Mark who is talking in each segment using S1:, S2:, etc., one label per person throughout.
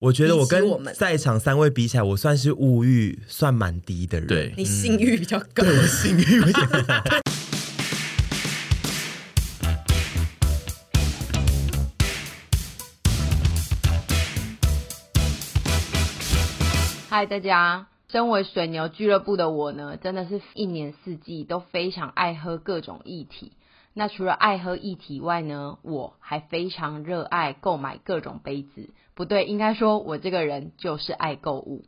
S1: 我觉得我
S2: 比起我
S1: 跟
S2: 们
S1: 在场三位比起来，我算是物欲算蛮低的人。
S3: 对，
S2: 你性欲比较高，
S1: 嗯性欲不行。
S4: 嗨，大家！身为水牛俱乐部的我呢，真的是一年四季都非常爱喝各种液体。那除了爱喝液体外呢，我还非常热爱购买各种杯子。不对，应该说我这个人就是爱购物。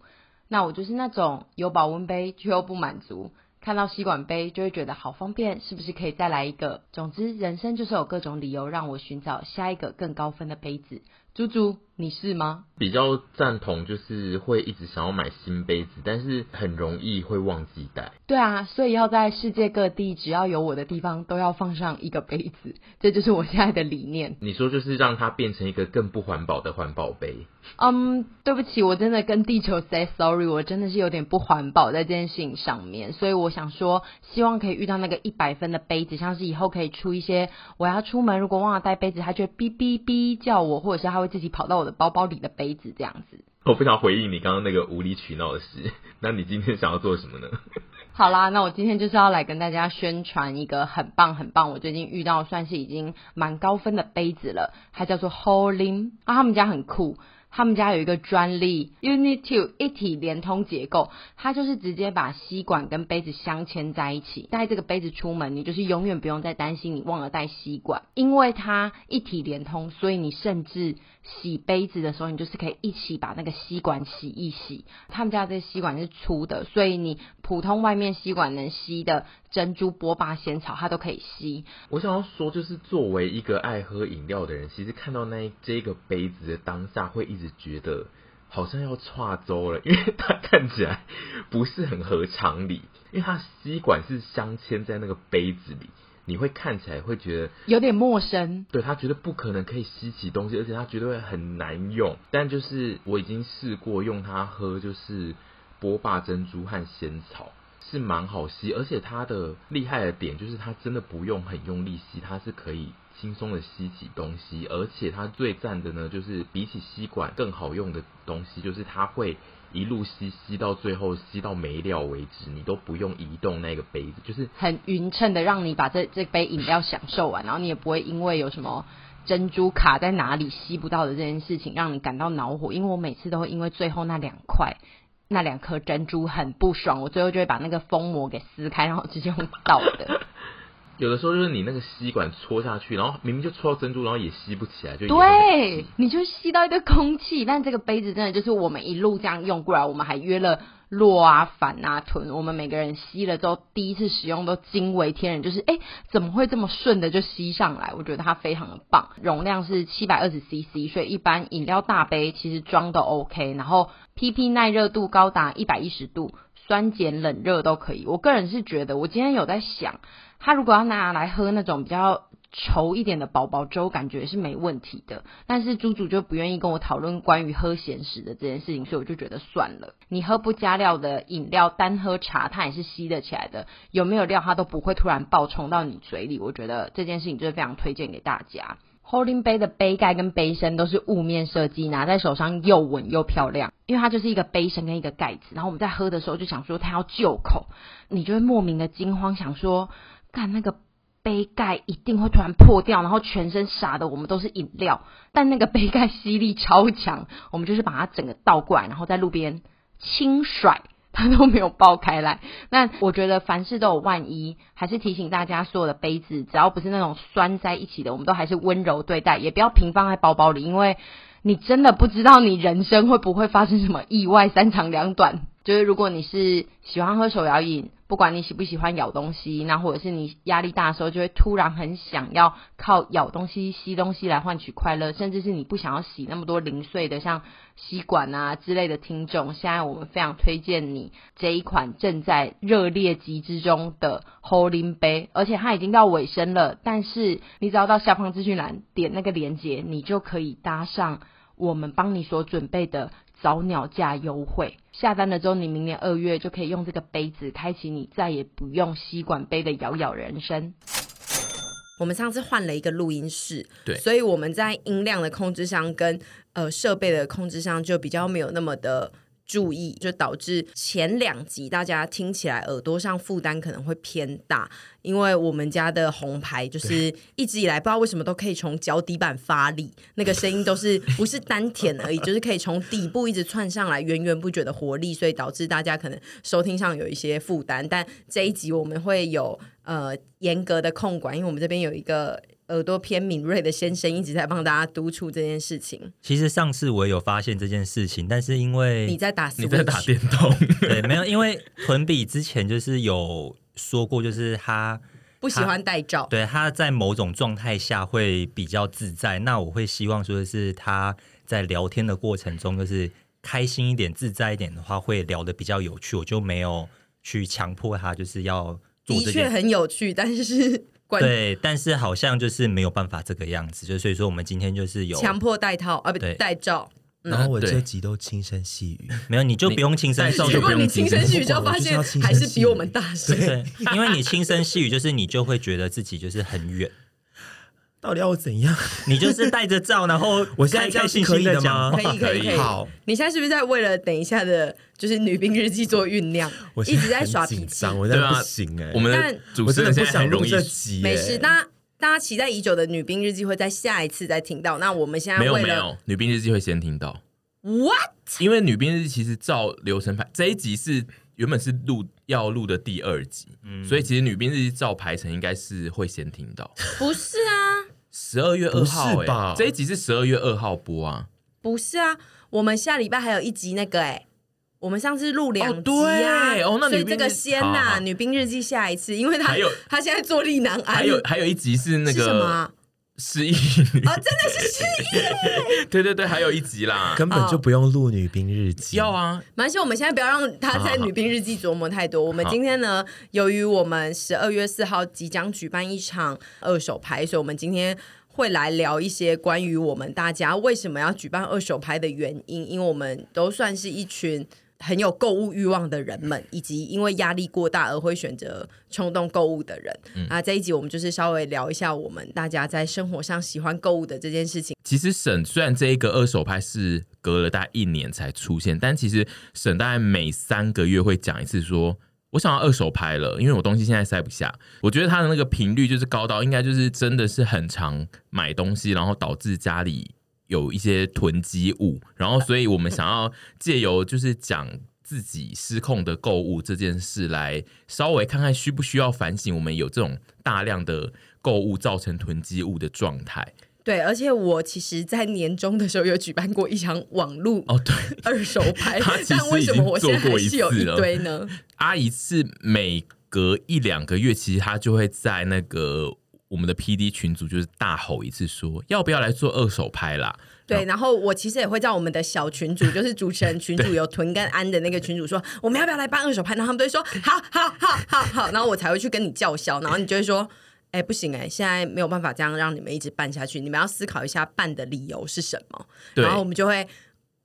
S4: 那我就是那种有保温杯却又不满足，看到吸管杯就会觉得好方便，是不是可以再来一个？总之，人生就是有各种理由让我寻找下一个更高分的杯子。猪猪，你是吗？
S3: 比较赞同，就是会一直想要买新杯子，但是很容易会忘记带。
S4: 对啊，所以要在世界各地只要有我的地方，都要放上一个杯子，这就是我现在的理念。
S3: 你说就是让它变成一个更不环保的环保杯，
S4: 嗯、对不起，我真的跟地球 say sorry，我真的是有点不环保在这件事情上面，所以我想说，希望可以遇到那个一百分的杯子，像是以后可以出一些，我要出门如果忘了带杯子，它就会哔哔哔叫我，或者是它会自己跑到我的包包里的杯子这样子。
S3: 我不想回应你刚刚那个无理取闹的事。 那你今天想要做什么呢？
S4: 好啦，那我今天就是要来跟大家宣传一个很棒很棒，我最近遇到算是已经蛮高分的杯子了，它叫做 Holim 啊，他们家很酷。他们家有一个专利 Unity 一体连通结构，它就是直接把吸管跟杯子镶嵌在一起。带这个杯子出门，你就是永远不用再担心你忘了带吸管，因为它一体连通，所以你甚至洗杯子的时候，你就是可以一起把那个吸管洗一洗。他们家这个吸管是粗的，所以你普通外面吸管能吸的珍珠、波霸、仙草，它都可以吸。
S3: 我想要说，就是作为一个爱喝饮料的人，其实看到那一这个杯子的当下，会一直觉得好像要岔粥了，因为它 看起来不是很合常理，因为它吸管是镶嵌在那个杯子里，你会看起来会觉得
S4: 有点陌生，
S3: 对他觉得不可能可以吸起东西，而且他觉得会很难用。但就是我已经试过用它喝，就是波霸珍珠和仙草是蛮好吸，而且它的厉害的点就是它真的不用很用力吸，它是可以轻松的吸起东西，而且它最赞的呢，就是比起吸管更好用的东西，就是它会。一路吸吸到最后，吸到没料为止，你都不用移动那个杯子，就是
S4: 很匀称的让你把这这杯饮料享受完，然后你也不会因为有什么。珍珠卡在哪里吸不到的这件事情，让你感到恼火。因为我每次都会因为最后那两块、那两颗珍珠很不爽，我最后就会把那个封膜给撕开，然后直接用倒的。
S3: 有的时候就是你那个吸管戳下去，然后明明就戳到珍珠，然后也吸不起来，就也会很
S4: 对
S3: 气，
S4: 你就吸到一堆空气。但这个杯子真的就是我们一路这样用过来，我们还约了洛啊、反啊、屯，我们每个人吸了之后，第一次使用都惊为天人，就是哎、诶怎么会这么顺的就吸上来？我觉得它非常的棒，容量是七百二十 CC，所以一般饮料大杯其实装都 OK，然后 PP 耐热度高达一百一十度。酸碱冷热都可以，我个人是觉得，我今天有在想，它如果要拿来喝那种比较稠一点的宝宝粥，感觉是没问题的。但是猪猪就不愿意跟我讨论关于喝咸食的这件事情，所以我就觉得算了。你喝不加料的饮料，单喝茶，它也是吸得起来的。有没有料，它都不会突然爆冲到你嘴里。我觉得这件事情就是非常推荐给大家。Holding 杯的杯盖跟杯身都是雾面设计，拿在手上又稳又漂亮，因为它就是一个杯身跟一个盖子。然后我们在喝的时候就想说它要救口，你就会莫名的惊慌，想说干那个杯盖一定会突然破掉，然后全身洒的我们都是饮料，但那个杯盖吸力超强，我们就是把它整个倒过来，然后在路边轻甩。它都没有爆开来，那我觉得凡事都有万一，还是提醒大家，所有的杯子只要不是那种拴在一起的，我们都还是温柔对待，也不要平放在包包里，因为你真的不知道你人生会不会发生什么意外，三长两短。就是如果你是喜欢喝手摇饮，不管你喜不喜欢咬东西，那或者是你压力大的时候，就会突然很想要靠咬东西、吸东西来换取快乐，甚至是你不想要洗那么多零碎的像吸管啊之类的听众，现在我们非常推荐你这一款正在热烈集之中的 Holding 杯，而且它已经到尾声了，但是你只要到下方资讯栏点那个链接，你就可以搭上我们帮你所准备的早鸟价优惠。下单了之后，你明年二月就可以用这个杯子开启你再也不用吸管杯的咬咬人生。
S2: 我们上次换了一个录音室，
S3: 对
S2: 所以我们在音量的控制上跟呃设备的控制上就比较没有那么的。注意，就导致前两集大家听起来耳朵上负担可能会偏大，因为我们家的红牌就是一直以来不知道为什么都可以从脚底板发力，那个声音都是不是丹田而已，就是可以从底部一直窜上来，源源不绝的活力，所以导致大家可能收听上有一些负担。但这一集我们会有呃严格的控管，因为我们这边有一个。耳朵偏敏锐的先生一直在帮大家督促这件事情。
S5: 其实上次我也有发现这件事情，但是因为
S2: 你在打 Switch，
S3: 你在打电动，
S5: 对没有，因为屯比之前就是有说过，就是他
S2: 不喜欢戴罩，
S5: 对他在某种状态下会比较自在。那我会希望说的是他在聊天的过程中，就是开心一点、自在一点的话，会聊得比较有趣。我就没有去强迫他，就是要做
S2: 的
S5: 这
S2: 确
S5: 件。
S2: 很有趣，但是关
S5: 对，但是好像就是没有办法这个样子，就所以说我们今天就是有
S2: 强迫戴套啊，不
S5: 对
S2: 戴罩。
S1: 然后我
S3: 对
S1: 这集都轻声细语，
S5: 没有你就不用轻声
S3: 戴
S5: 细
S3: 罩就
S5: 语
S2: 结
S3: 不
S2: 果
S3: 用
S2: 你
S3: 紧
S2: 轻
S3: 张
S2: 声细语，就
S1: 我
S2: 发
S1: 就是
S2: 现
S1: 要轻声
S2: 还是
S1: 细
S2: 比我
S1: 语
S2: 们大声。
S5: 对，因为你轻声细语，就是你就会觉得自己就是很 远，
S1: 到底要我怎样？
S5: 你就是带着照，然后
S1: 我现在这
S5: 开开
S1: 样是
S5: 心
S1: 可
S5: 心
S1: 以
S5: 的
S1: 的吗
S5: 讲话啊
S2: 可以可以可以。
S1: 好，
S2: 你现在是不是在为了等一下的，就是女兵日记做酝酿
S1: 我？
S2: 一直
S1: 现
S2: 在
S1: 很
S2: 耍
S1: 紧
S2: 脾气
S1: 张，我
S3: 对
S1: 真
S3: 啊
S1: 的不行哎、
S3: 我们
S2: 但
S3: 的主
S1: 我
S3: 持
S1: 真的不
S3: 人现在
S1: 想
S3: 很
S1: 录
S3: 容易
S1: 这集、欸，
S2: 没事，大家大家期待已久的女兵日记会在下一次再听到。那我们现在
S3: 没有
S2: 为
S3: 没
S2: 了
S3: 有，女兵日记会先听到，
S2: what
S3: 因为女兵日记其实照流程排，这一集是原本是录要录的第二集，
S1: 嗯
S3: 所以其实女兵日记照排程应该是会先听到。
S2: 不是啊，
S3: 十二月二
S1: 不是
S3: 号、欸，
S1: 吧
S3: 这一集是十二月二号播啊，
S2: 不是啊，我们下礼拜还有一集那个哎、我们上次录两集啊，
S3: 哦对哦那
S2: 所以
S3: 女兵
S2: 这个
S3: 日
S2: 先
S3: 好
S2: 呐、
S3: 好
S2: 女兵日记下一次，因为他
S3: 还有
S2: 他现在坐立难
S1: 哎
S2: 安，
S3: 还有还有一集是那
S2: 是什么
S3: 个
S2: 啊、
S3: 失忆，
S2: 哦，真的是失忆。
S3: 对对对，还有一集啦，
S1: 根本就不用录女兵日记。
S3: 要啊，
S2: 蛮希我们现在不要让他在女兵日记琢磨太多。我们今天呢，由于我们十二月四号即将举办一场二手牌，所以我们今天。会来聊一些关于我们大家为什么要举办二手牌的原因，因为我们都算是一群很有购物欲望的人们，以及因为压力过大而会选择冲动购物的人、啊。这一集我们就是稍微聊一下我们大家在生活上喜欢购物的这件事情。
S3: 其实沈虽然这一个二手拍是隔了大概一年才出现，但其实沈大概每三个月会讲一次说。我想要二手拍了，因为我东西现在塞不下。我觉得他的那个频率就是高到，应该就是真的是很常买东西，然后导致家里有一些囤积物，然后所以我们想要借由就是讲自己失控的购物这件事，来稍微看看需不需要反省我们有这种大量的购物造成囤积物的状态。
S2: 对，而且我其实，在年终的时候有举办过一场网络
S3: 哦，对，
S2: 二手拍
S3: 他其，实
S2: 但为什么我现在还是有
S3: 已
S2: 一
S3: 经做过
S2: 堆
S3: 一
S2: 呢？
S3: 阿姨是每隔一两个月，其实她就会在那个我们的 P D 群组就是大吼一次说，要不要来做二手拍啦？
S2: 对，然后我其实也会在我们的小群组，就是主持人群组有屯跟安的那个群主说，我们要不要来办二手拍？然后他们都会说好好好好好，然后我才会去跟你叫嚣，然后你就会说。哎、不行哎、现在没有办法这样让你们一直办下去，你们要思考一下办的理由是什么。
S3: 对
S2: 然后我们就会，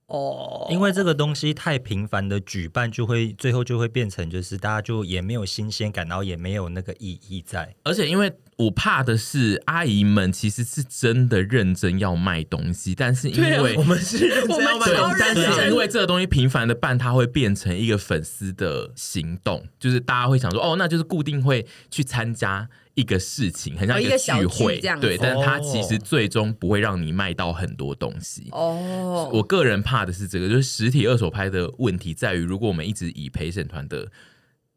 S2: 哦，
S5: 因为这个东西太频繁的举办，就会最后就会变成就是大家就也没有新鲜感，然后也没有那个意义在。
S3: 而且因为我怕的是阿姨们其实是真的认真要卖东西，但是因为
S1: 我们是认真要
S2: 啊我们超
S1: 买，
S2: 认
S3: 但
S2: 真
S3: 是因为这个东西频繁的办，它会变成一个粉丝的行动，就是大家会想说，哦，那就是固定会去参加一个事情，很像
S2: 哦一
S3: 个
S2: 个小
S3: 聚会
S2: 聚这样，子
S3: 对，但
S1: 哦
S3: 它其实最终不会让你卖到很多东西。
S2: 哦，
S3: 我个人怕的是这个，就是实体二手拍的问题在于，如果我们一直以陪审团的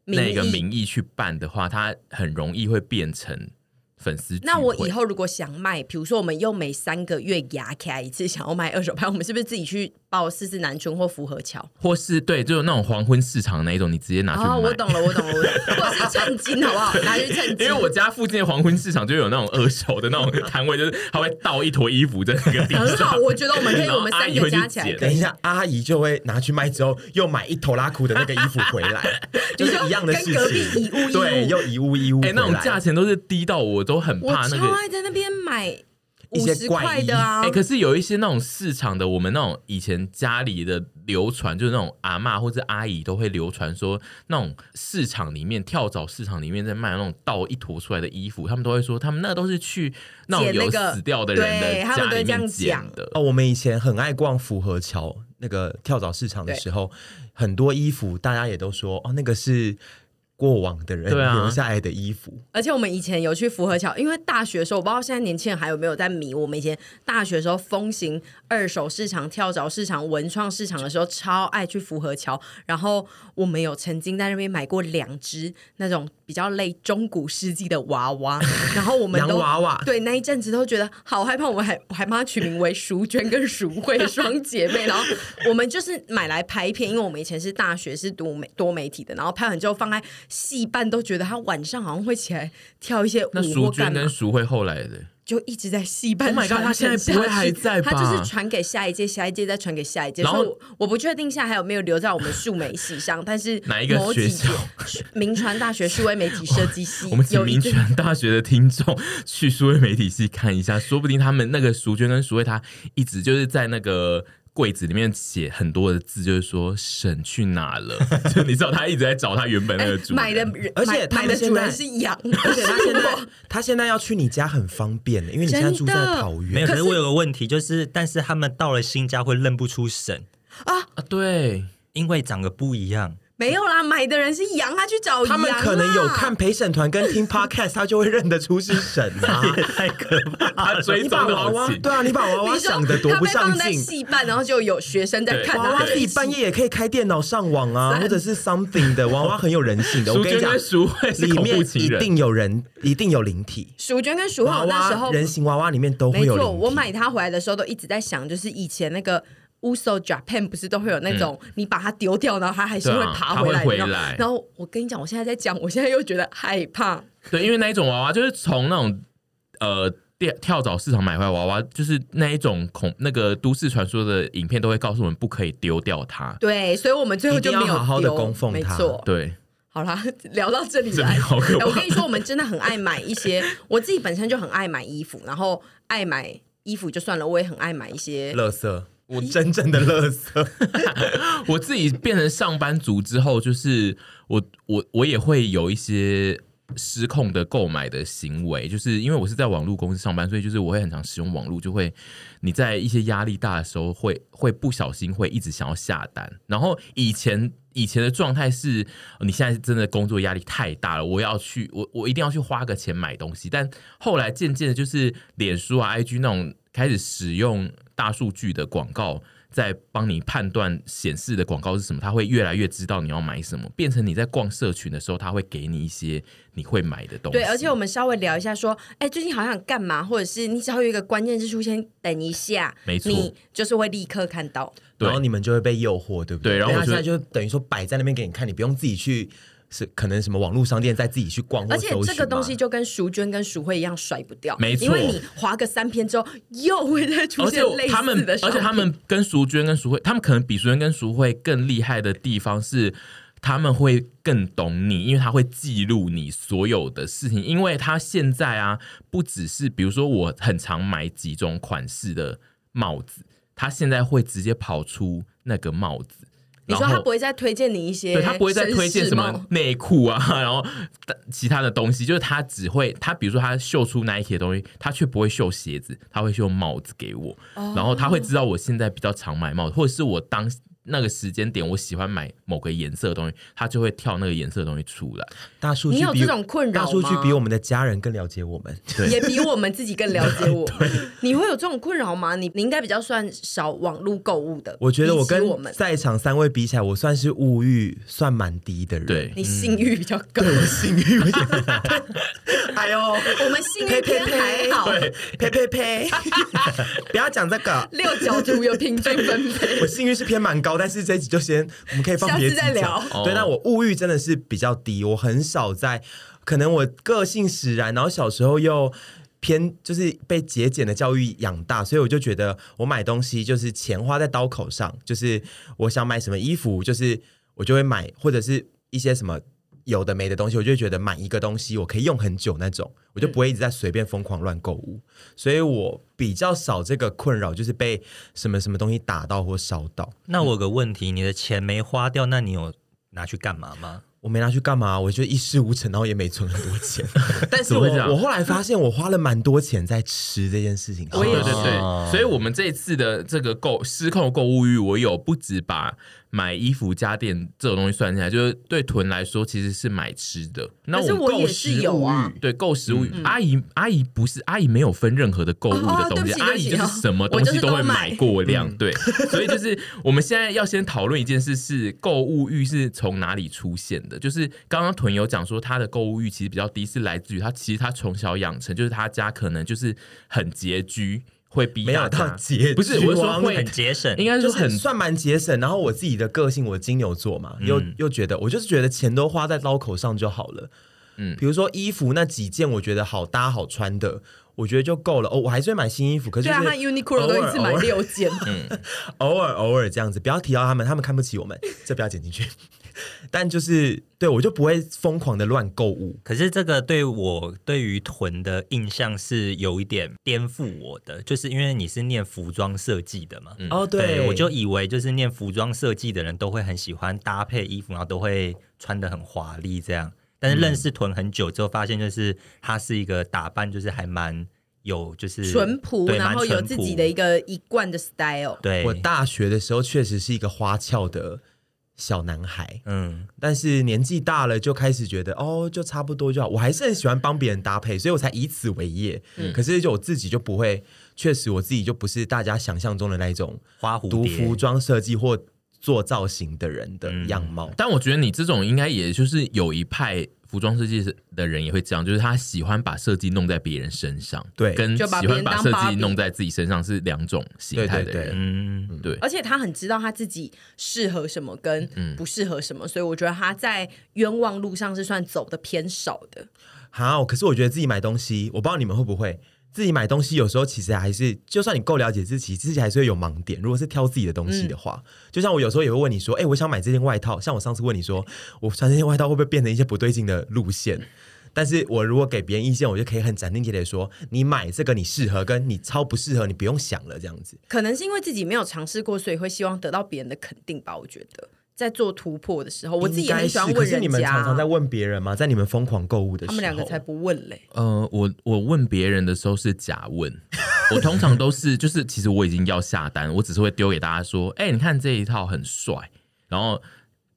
S3: 那个
S2: 名义
S3: 名义去办的话，它很容易会变成粉丝聚会。
S2: 那我以后如果想卖，比如说我们又每三个月牙开一次，想要卖二手拍，我们是不是自己去报四四南村或福和桥？
S3: 或是对，就是那种黄昏市场那一种，你直接拿去卖。
S2: 哦，我懂了，我懂了，我懂了或者是趁金好不好？拿去趁
S3: 因
S2: 金
S3: 为。我家附近的黄昏市场就有那种二手的那种摊位，就是他会倒一坨衣服在那个地
S2: 很好，
S3: 上。
S2: 我觉得我们可以，
S3: 然后
S2: 我们三
S3: 阿姨
S2: 个
S3: 会去
S2: 加起来
S3: 捡
S2: 可
S1: 等
S2: 以
S1: 一。下阿姨就会拿去卖之后，又买一头拉裤的那个衣服回 来，
S2: 你
S1: 就是
S2: 说
S1: 一样的
S2: 跟
S1: 事
S2: 隔壁
S1: 情。
S2: 以物易
S1: 对，
S2: 物，
S1: 又一物一物
S3: 哎、
S1: 回来。
S3: 那种价钱都是低到我都很
S2: 我
S3: 怕
S2: 超
S3: 那个，
S2: 爱在那边买
S1: 一
S2: 五
S1: 些
S2: 十
S1: 怪
S2: 块
S1: 异
S2: 的啊
S3: 哎、，可是有一些那种市场的，我们那种以前家里的流传，就是那种阿嬷或者阿姨都会流传说，那种市场里面跳蚤市场里面在卖那种倒一坨出来的衣服，他们都会说他们那个都是去那种
S2: 捡那
S3: 有
S2: 个
S3: 死掉的人
S2: 对
S3: 的
S2: 他们
S3: 家
S2: 都会
S3: 里
S2: 这样
S3: 面捡
S2: 讲
S3: 的。
S1: 哦，我们以前很爱逛府河桥那个跳蚤市场的时候，很多衣服大家也都说哦，那个是过往的人
S3: 对啊
S1: 留下来的衣服。
S2: 而且我们以前有去福和桥，因为大学的时候，我不知道现在年轻人还有没有在迷。我们以前大学的时候风行二手市场、跳蚤市场、文创市场的时候，超爱去福和桥。然后我们有曾经在那边买过两只那种比较类中古世纪的娃娃，然后我们
S1: 洋
S2: 都
S1: 娃
S3: 啊
S1: 娃
S2: 对那一阵子都觉得好害怕。我们还我还帮它取名为淑娟跟淑慧双姐妹。 然后我们就是买来拍片，因为我们以前是大学是读美多媒体的，然后拍完之后放在戏班，都觉得她晚上好像会起来跳一些
S3: 那
S2: 舞
S3: 淑
S2: 或哦干
S3: 娟
S2: 嘛
S3: 跟，淑慧后来的，
S2: 就一直在戏班
S3: Oh my
S2: 传承下去。
S3: god，她现在不会还在吧
S2: 她就是传给下一届，下一届再传给下一届。
S3: 然后
S2: 所以我我不确定现在还有没有留在我们数媒系上，但是
S3: 哪一个
S2: 某几
S3: 学校
S2: 届？名传大学数位媒体设计系
S3: 我们请
S2: 有一
S3: 民
S2: 阵
S3: 权大学的听众 去数位媒体系看一下，说不定他们那个淑娟跟淑慧，她一直就是在那个。柜子里面写很多的字，就是说沈去哪了，就你知道他一直在找他原本那
S1: 哎
S3: 个主人
S2: 买的人，
S1: 而且
S2: 买
S1: 他
S2: 买
S1: 们
S2: 的
S1: 现
S2: 主人
S1: 在
S2: 是羊，
S1: 而且他现在他现在要去你家很方便的，因为你现在住在
S2: 真的
S1: 桃
S5: 没有，
S1: 园，
S5: 可是我有个问题，就是但是他们到了新家会认不出神，
S3: 啊，对，
S5: 因为长得不一样。
S2: 没有啦，买的人是羊，他去找羊啊啦
S1: 他们可能有看。陪审团跟听 podcast，他就会认得出是沈 啊。
S5: 太可怕了！
S3: 他追
S1: 你
S3: 踪
S1: 把
S3: 的
S1: 娃
S3: 好
S1: 娃
S3: 紧，
S1: 对啊，你把娃娃
S2: 你说
S1: 想的多不上
S2: 他被放在
S1: 进。
S2: 戏办，然后就有学生在看
S3: 对
S1: 娃
S2: 他
S1: 娃自己半夜也可以开电脑上网 啊，或者是 something 的娃娃很有人性的。我
S3: 淑
S1: 跟你
S3: 娟
S1: 讲
S3: 跟，淑慧 是
S1: 里
S3: 恐
S1: 面
S3: 怖
S1: 一
S3: 情人，
S1: 定有人，一定有灵体。
S2: 淑娟跟淑
S1: 娃
S2: 浩那时
S1: 娃
S2: 候，
S1: 人形娃娃里面都会
S2: 没
S1: 有
S2: 错，
S1: 灵体。
S2: 我买它回来的时候都一直在想，就是以前那个。Uso Japan 不是都会有那种、
S1: 嗯
S2: 你把它丢掉，然后它还是会
S3: 对啊
S2: 爬回来
S3: 它
S2: 的
S3: 会回
S2: 那种
S3: 来
S2: 然后我跟你讲，我现在在讲，我现在又觉得害怕。
S3: 对，因为那一种娃娃就是从那种呃跳跳蚤市场买回来娃娃，就是那一种恐那个都市传说的影片都会告诉我们不可以丢掉它。
S2: 对，所以我们最后就没
S1: 一
S2: 有
S1: 定要好好地
S2: 丢
S1: 供奉
S2: 没
S1: 它
S2: 错，
S3: 对，
S2: 好啦， 聊到这里
S3: 这
S2: 来
S3: 边，好可
S2: 哎
S3: 怕
S2: 我跟你说，我们真的很爱买一些， 我自己本身就很爱买衣服，然后爱买衣服就算了，我也很爱买一些。
S1: 垃圾，我真正的垃圾。
S3: 我自己变成上班族之后，就是我我我也会有一些失控的购买的行为，就是因为我是在网络公司上班，所以就是我会很常使用网络，就会你在一些压力大的时候会会不小心会一直想要下单，然后以前。以前的状态是，呃你现在真的工作压力太大了，我要去，我我一定要去花个钱买东西。但后来渐渐的，就是脸书啊、IG 那种开始使用大数据的广告，在帮你判断显示的广告是什么，它会越来越知道你要买什么，变成你在逛社群的时候，它会给你一些你会买的东西。
S2: 对，而且我们稍微聊一下，说，哎，最近好想干嘛，或者是你只要有一个关键字出现，等一下，
S3: 没错
S2: 你就是会立刻看到。
S3: 对
S1: 然后你们就会被诱惑，对不
S3: 对然后
S1: 因为
S3: 我
S1: 他现在
S3: 就
S1: 就等于说摆在那边给你看，你不用自己去，是可能什么网络商店再自己去逛或
S2: 而
S1: 搜
S2: 且
S1: 寻嘛
S2: 这个东西就跟淑娟跟淑慧一样甩不掉，
S3: 没错
S2: 因为你划个三篇之后，又会再出
S3: 而
S2: 现
S3: 且
S2: 类
S3: 他
S2: 似
S3: 们
S2: 的，商
S3: 而且
S2: 品
S3: 他们跟淑娟跟淑慧，他们可能比淑娟跟淑慧更厉害的地方是，他们会更懂你，因为他会记录你所有的事情。因为他现在啊，不只是比如说我很常买几种款式的帽子，他现在会直接跑出那个帽子。
S2: 你说
S3: 然
S2: 他
S3: 后
S2: 不会再推荐你一些，
S1: 欸
S3: 对他不会再推荐什么。内裤啊， 然后其他的东西，就是他只会他比如说他秀出 Nike 的东西，他却不会秀鞋子，他会秀帽子给我，
S1: 哦
S3: 然后他会知道我现在比较常买帽子，或者是我当。那个时间点，我喜欢买某个颜色的东西，他就会跳那个颜色的东西出来。
S1: 大数据
S2: 你有
S1: 比
S2: 这种困扰
S1: 大数据
S2: 吗
S1: 比我们的家人更了解我们。
S2: 也比我们自己更了解我。你会有这种困扰吗？你你应该比较算少网络购物的。
S1: 我觉得我
S2: 比起
S1: 跟
S2: 我们，
S1: 在场三位比起来，我算是物欲算蛮低的人。
S3: 对，
S2: 你性欲比较
S1: 嗯
S2: 高，
S1: 性欲有点， 哎呦，
S2: 我们性欲偏还 好，
S1: 呸呸呸！ 不要讲这个，
S2: 六角图有平均分配。
S1: 我性欲是偏蛮高，但是这一集就先我们可以放别集
S2: 下次再
S1: 讲
S2: 聊
S1: 对，但我物欲真的是比较低，我很少在，可能我个性使然，然后小时候又。偏就是被节俭的教育养大，所以我就觉得我买东西就是钱花在刀口上，就是我想买什么衣服，就是我就会买，或者是一些什么有的没的东西，我就会觉得买一个东西我可以用很久那种，我
S2: 嗯
S1: 就不会一直在随便疯狂乱购物，所以我比较少这个困扰，就是被什么什么东西打到或烧到。
S5: 那我有个问题，你的钱没花掉，那你有拿去干嘛吗？
S1: 我没拿去干嘛？我就一事无成，然后也没存很多 钱。但是
S3: 怎么
S1: 我
S3: 会这样
S1: 我后来发现，我花了蛮多钱在吃这件事情上。
S2: 我也
S3: 对
S2: 是
S3: 对
S5: 哦
S3: 对，所以我们这一次的这个购失控购物欲，我有不止把买衣服、家电这种东西算进来，就是对屯来说其实是买吃的。那
S2: 可是
S3: 我
S2: 我
S3: 购
S2: 也是
S3: 食
S2: 有
S3: 物
S2: 啊
S3: 欲，对购食物欲，阿姨阿姨不是阿姨没有分任何的购物
S2: 哦
S3: 的东
S2: 对
S3: 西，
S2: 不起
S3: 阿姨
S2: 对
S3: 就
S2: 不
S3: 是
S2: 起
S3: 什么
S2: 我
S3: 东
S2: 就是
S3: 西都会
S2: 都买
S3: 买过量，
S1: 嗯
S3: 对，所以就是我们现在要先讨论一件事是购物欲是从哪里出现的，就是刚刚屯友讲说他的购物欲其实比较低，是来自于他其实他从小养成，就是他家可能就是很拮据，会逼
S1: 没有
S3: 大
S1: 到
S3: 家
S1: 拮据
S3: 不是我是说
S1: 王
S3: 会
S5: 很节省，
S3: 应该
S1: 就是
S3: 说很嗯
S1: 是算蛮节省，然后我自己的个性，我金牛座嘛，又又觉得我就是觉得钱都花在刀口上就好了。嗯，
S3: 嗯
S1: 比如说衣服那几件，我觉得好搭好穿的，我觉得就够了。哦，我还是会买新衣服，可是
S2: 对
S1: 就
S2: 啊，
S1: 是
S2: 他 Uniqlo 都一次买
S1: 偶尔
S2: 六件嘛，
S1: 偶尔偶尔这样子，不要提到他们，他们看不起 我们，这不要剪进去。但就是对我就不会疯狂的乱购物，
S5: 可是这个对我对于臀的印象是有一点颠覆我的，就是因为你是念服装设计的
S2: 嗯
S5: 嘛，
S1: 哦，对，
S5: 我就以为就是念服装设计的人都会很喜欢搭配衣服，然后都会穿的很华丽这样。但是认识臀很久之后，发现就是他是一个打扮就是还蛮有就是
S1: 嗯
S2: 淳朴，
S5: 对
S2: 然后
S5: 蛮
S2: 有
S5: 淳
S2: 自
S5: 朴
S2: 己的一个一贯的 style。
S5: 对，
S1: 我大学的时候确实是一个花俏的小男孩，
S5: 嗯
S1: 但是年纪大了就开始觉得哦，就差不多就好。我还是很喜欢帮别人搭配，所以我才以此为业。
S5: 嗯
S1: 可是就我自己就不会，确实我自己就不是大家想象中的那一种
S5: 花蝴蝶
S1: 读服装设计或做造型的人的
S5: 嗯
S1: 样貌。
S3: 但我觉得你这种应该也就是有一派服装设计师的人也会这样，就是他喜欢把设计弄在别人身上，
S1: 对
S3: 跟
S2: 就把
S3: 喜
S2: 别
S3: 欢
S2: 人
S3: 把
S2: 当
S3: 设
S2: 芭
S3: 计
S2: 比
S3: 弄在自己身上是两种形态的
S1: 对对对
S3: 人。
S5: 嗯，
S3: 对，
S2: 而且他很知道他自己适合什么跟
S1: 嗯
S2: 不适合什么，所以我觉得他在冤枉路上是算走的偏少的。
S1: 好，可是我觉得自己买东西，我不知道你们会不会。自己买东西有时候其实还是，就算你够了解自己，自己还是会有盲点。如果是挑自己的东西
S2: 嗯
S1: 的话，就像我有时候也会问你说：“哎、我想买这件外套。”像我上次问你说，我穿这件外套会不会变成一些不对劲的路线？但是我如果给别人意见，我就可以很斩钉截铁地说：“你买这个你适合，跟你超不适合，你不用想了。”这样子，
S2: 可能是因为自己没有尝试过，所以会希望得到别人的肯定吧。我觉得在做突破的时候，我自己也很喜欢
S1: 应该
S2: 问
S1: 是可是
S2: 人
S1: 你们
S2: 家啊，
S1: 常常在问别人吗？在你们疯狂购物的时
S2: 他
S1: 候，
S2: 们两个才不问嘞。
S3: 呃，我我问别人的时候是假问，我通常都是就是其实我已经要下单，我只是会丢给大家说，哎、你看这一套很帅，然后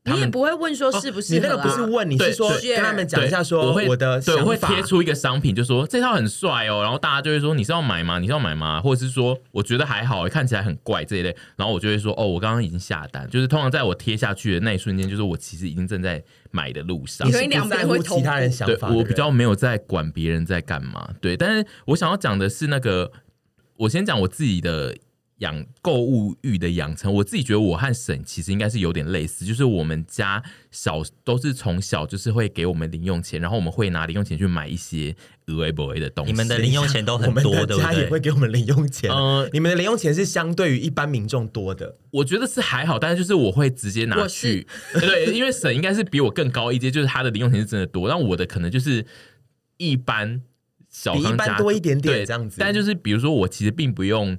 S3: 他
S2: 你也
S3: 们。
S2: 不会问说适不适
S1: 你
S2: 合、
S1: 那
S2: 啊
S1: 个不是问，你是
S3: 对
S1: 说
S2: 对
S1: 跟他们讲一下
S3: 对
S1: 说
S3: 我会
S1: 我的
S3: 对，我会
S1: 想法
S3: 贴出一个商品，就说这套很帅哦，然后大家就会说你是要买吗？你是要买吗？或者是说我觉得还好，欸看起来很怪这一类，然后我就会说哦，我刚刚已经下单，就是通常在我贴下去的那一瞬间，就是我其实已经正在买的路上
S2: 你
S1: 你
S2: 说
S1: 是
S2: 你两
S1: 不在
S2: 边
S1: 乎
S2: 会
S1: 其他人想
S3: 对
S1: 法的人，
S3: 我比较没有在管别人在干嘛。对，但是我想要讲的是那个，我先讲我自己的养购物欲的养成。我自己觉得我和沈其实应该是有点类似，就是我们家小都是从小就是会给我们零用钱，然后我们会拿零用钱去买一些额外不为的东西。
S5: 你们的零用钱都很
S1: 我
S5: 多，
S1: 们
S5: 对
S1: 的家也
S5: 不
S1: 会
S5: 对？嗯
S1: 给我们零用钱。
S3: 呃
S1: 你们的零用钱是相对于一般民众多的，
S3: 我觉得是还好，但是就是我会直接拿
S2: 我是
S3: 去，对，因为沈应该是比我更高一阶，就是他的零用钱是真的多，但我的可能就是一般小
S1: 比一
S3: 康
S1: 般
S3: 家
S1: 多一点点
S3: 对
S1: 这样子
S3: 但就是比如说，我其实并不用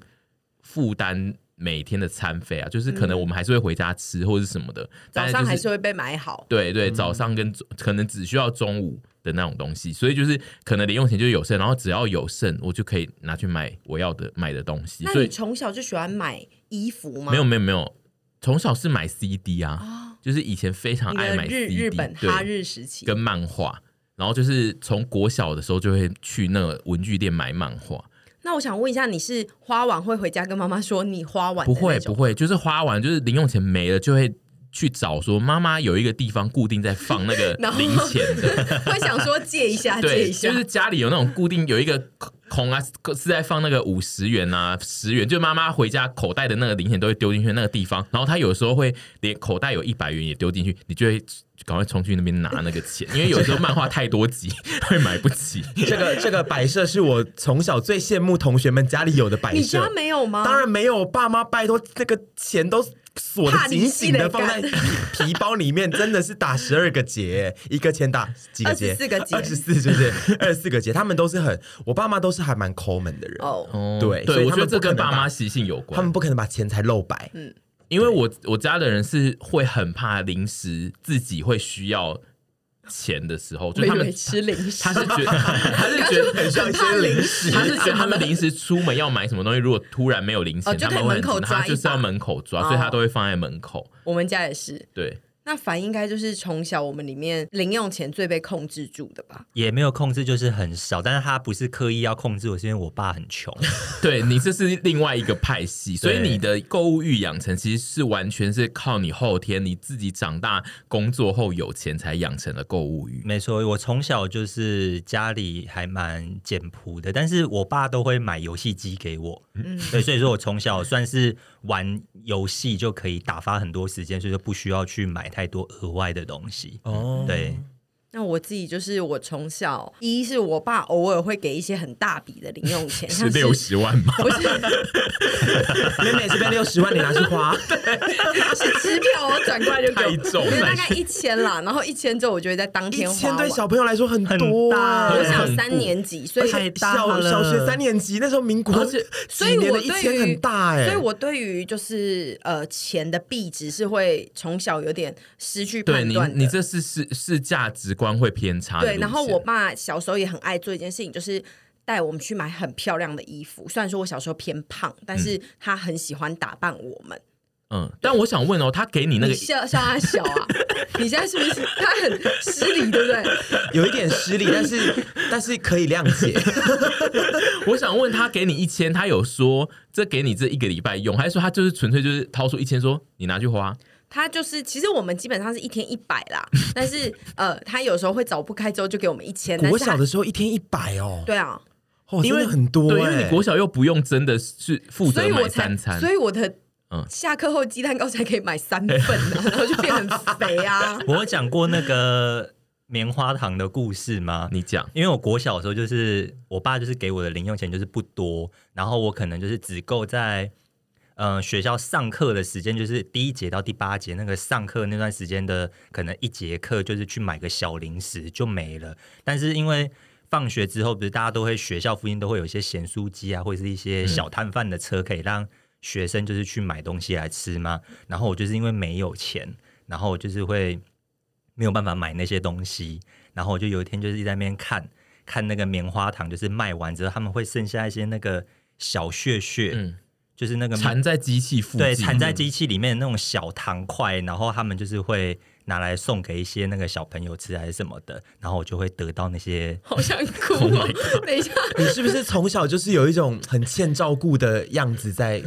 S3: 负担每天的餐费啊，就是
S1: 嗯
S3: 可能我们还是会回家吃或者是什么的，
S2: 早
S3: 但
S2: 上
S3: 就
S2: 还是会被买好。
S3: 对对，早
S1: 嗯
S3: 上跟中可能只需要中午的那种东西，所以就是可能零用钱就有剩，然后只要有剩，我就可以拿去买我要的买的东西，
S2: 那
S3: 所
S2: 你
S3: 以
S2: 从小就喜欢买衣服吗？
S3: 没有没有没有，从小是买 CD 啊，就是以前非常
S2: 你
S3: 爱
S2: 的
S3: 买 CD，
S2: 日日本
S3: 对
S2: 哈日时期
S3: 跟漫画，然后就是从国小的时候就会去那个文具店买漫画，
S2: 那我想问一下，你是花完会回家跟妈妈说你花完的
S3: 不会
S2: 那种
S3: 不会，就是花完就是零用钱没了就会。去找说妈妈有一个地方固定在放那个
S2: 然后
S3: 零钱的，
S2: 会想说借一下借
S3: 对，
S2: 一下，
S3: 就是家里有那种固定有一个空空啊，是在放那个五十元啊、十元，就妈妈回家口袋的那个零钱都会丢进去那个地方，然后她有时候会连口袋有一百元也丢进去，你就会赶快冲去那边拿那个 钱，因为有时候漫画太多集 会买不起。
S1: 这个这个摆设是我从小最羡慕同学们家里有的摆
S2: 你
S1: 设
S2: 家。没有吗？啊
S1: 当然没有，我爸妈拜托，那个钱都锁的紧紧的，放在皮包里面，真的是打十二个结，一个钱打几个结？
S2: 24个结
S1: 二十四是不是？二十四个结，他们都是很，我爸妈都是还蛮抠门的人，
S2: 哦，
S3: 哦
S1: 对所
S3: 对，
S1: 以
S3: 我
S1: 他
S3: 觉
S1: 们
S3: 得这
S1: 不可
S3: 跟
S1: 能
S3: 爸
S1: 把
S3: 妈习性有
S1: 他
S3: 关
S1: 们。不可能把钱财露白。
S2: 嗯
S3: 因为我我家的人是会很怕临时自己会需要钱的时候，就
S2: 我以
S3: 他们
S2: 为吃零食，
S3: 他是觉 得他是觉得很
S1: 像一些零食
S3: 他是觉得他们临时出门要买什么东西，如果突然没有零
S2: 哦
S3: 钱，
S2: 就
S3: 他
S2: 可以
S3: 们会
S2: 门
S3: 很
S2: 口
S3: 紧张
S2: 抓
S3: 他就是
S2: 一把
S3: 要门口抓，所以
S2: 哦
S3: 他都会放在门口。
S2: 我们家也是。
S3: 对，
S2: 那凡应该就是从小我们里面零用钱最被控制住的吧？
S5: 也没有控制，就是很少。但是他不是刻意要控制我，是因为我爸很穷。
S3: 对你这是另外一个派系，所以你的购物欲养成其实是完全是靠你后天你自己长大工作后有钱才养成的购物欲。
S5: 没错，我从小就是家里还蛮简朴的，但是我爸都会买游戏机给我，对，所以说我从小算是玩游戏就可以打发很多时间，所以就不需要去买太多额外的东西。
S1: 哦，
S5: 对，
S2: 那我自己就是我从小，一是我爸偶尔会给一些很大笔的零用 钱，像
S3: 是六十万 吗？
S2: 不是
S1: 妹妹这边六十万你拿去花，
S2: 是支票，我转过来就给
S3: 太重
S2: 我，
S3: 了
S2: 因为大概一千啦，然后一千之后我就会在当
S1: 一
S2: 天花
S1: 千
S2: 完
S1: 对。小朋友来说很多啊，
S5: 很
S2: 我
S5: 大
S2: 小三年级，所以
S5: 太大
S1: 小
S5: 了
S1: 小学三年级那时候，民国
S3: 而且
S2: 哦所以
S1: 几年
S2: 我
S1: 的一
S2: 对
S1: 千
S2: 于
S1: 很大哎、
S2: 所以我对于就是呃钱的币值是会从小有点失去
S3: 对
S2: 判
S3: 你，
S2: 断的。
S3: 你这是是是价值观会偏差的
S2: 对，
S3: 路线。
S2: 然后我爸小时候也很爱做一件事情，就是。带我们去买很漂亮的衣服，虽然说我小时候偏胖，但是他很喜欢打扮我们。
S3: 嗯，但我想问哦，他给你那个
S2: 你笑笑他小啊， 你现在是不是他很失礼，对不对？
S1: 有一点失礼，但 是但是可以谅 解。
S3: 我想问他给你一千，他有说这给你这一个礼拜用，还是说他就是纯粹就是掏出一千说你拿去花？
S2: 他就是，其实我们基本上是一天一百 啦，但是呃，他有时候会找不开之后就给我们一千。但
S1: 国
S2: 是他
S1: 小的时候一天一百哦，
S2: 对啊，
S1: 哦，
S3: 因为
S1: 真的很多、欸，
S3: 对，因为你国小又不用真的是负
S2: 所
S3: 责
S2: 以我
S3: 买
S2: 才
S3: 三，餐
S2: 所，以我的
S3: 嗯
S2: 下课后鸡蛋糕才可以买 三份啊，然后就变很肥啊。
S5: 我有讲过那个棉花糖的故事吗？
S3: 你讲
S5: 因为我国小的时候，就是我爸就是给我的零用钱就是不多，然后我可能就是只够在呃学校上课的时间，就是第一节到第八节那个上课那段时间的，可能一节课就是去买个小零食就没了。但是因为放学之后，不是大家都会学校附近都会有一些咸酥鸡啊，或者是一些小摊贩的车，可以让学生就是去买东西来吃嘛。然后我就是因为没有钱，然后我就是会没有办法买那些东西。然后我就有一天就是在那边看看那个棉花糖，就是卖完之后他们会剩下一些那个小屑屑，
S3: 嗯
S5: 就是那个
S3: 缠在机器附近，
S5: 对缠在机器里面的那种小糖块，然后他们就是会拿来送给一些那个小朋友吃还是什么的，然后我就会得到那些。
S2: 好想哭
S3: Oh
S2: 哦！等一下，
S1: 你是不是从小就是有一种很欠照顾的样子 在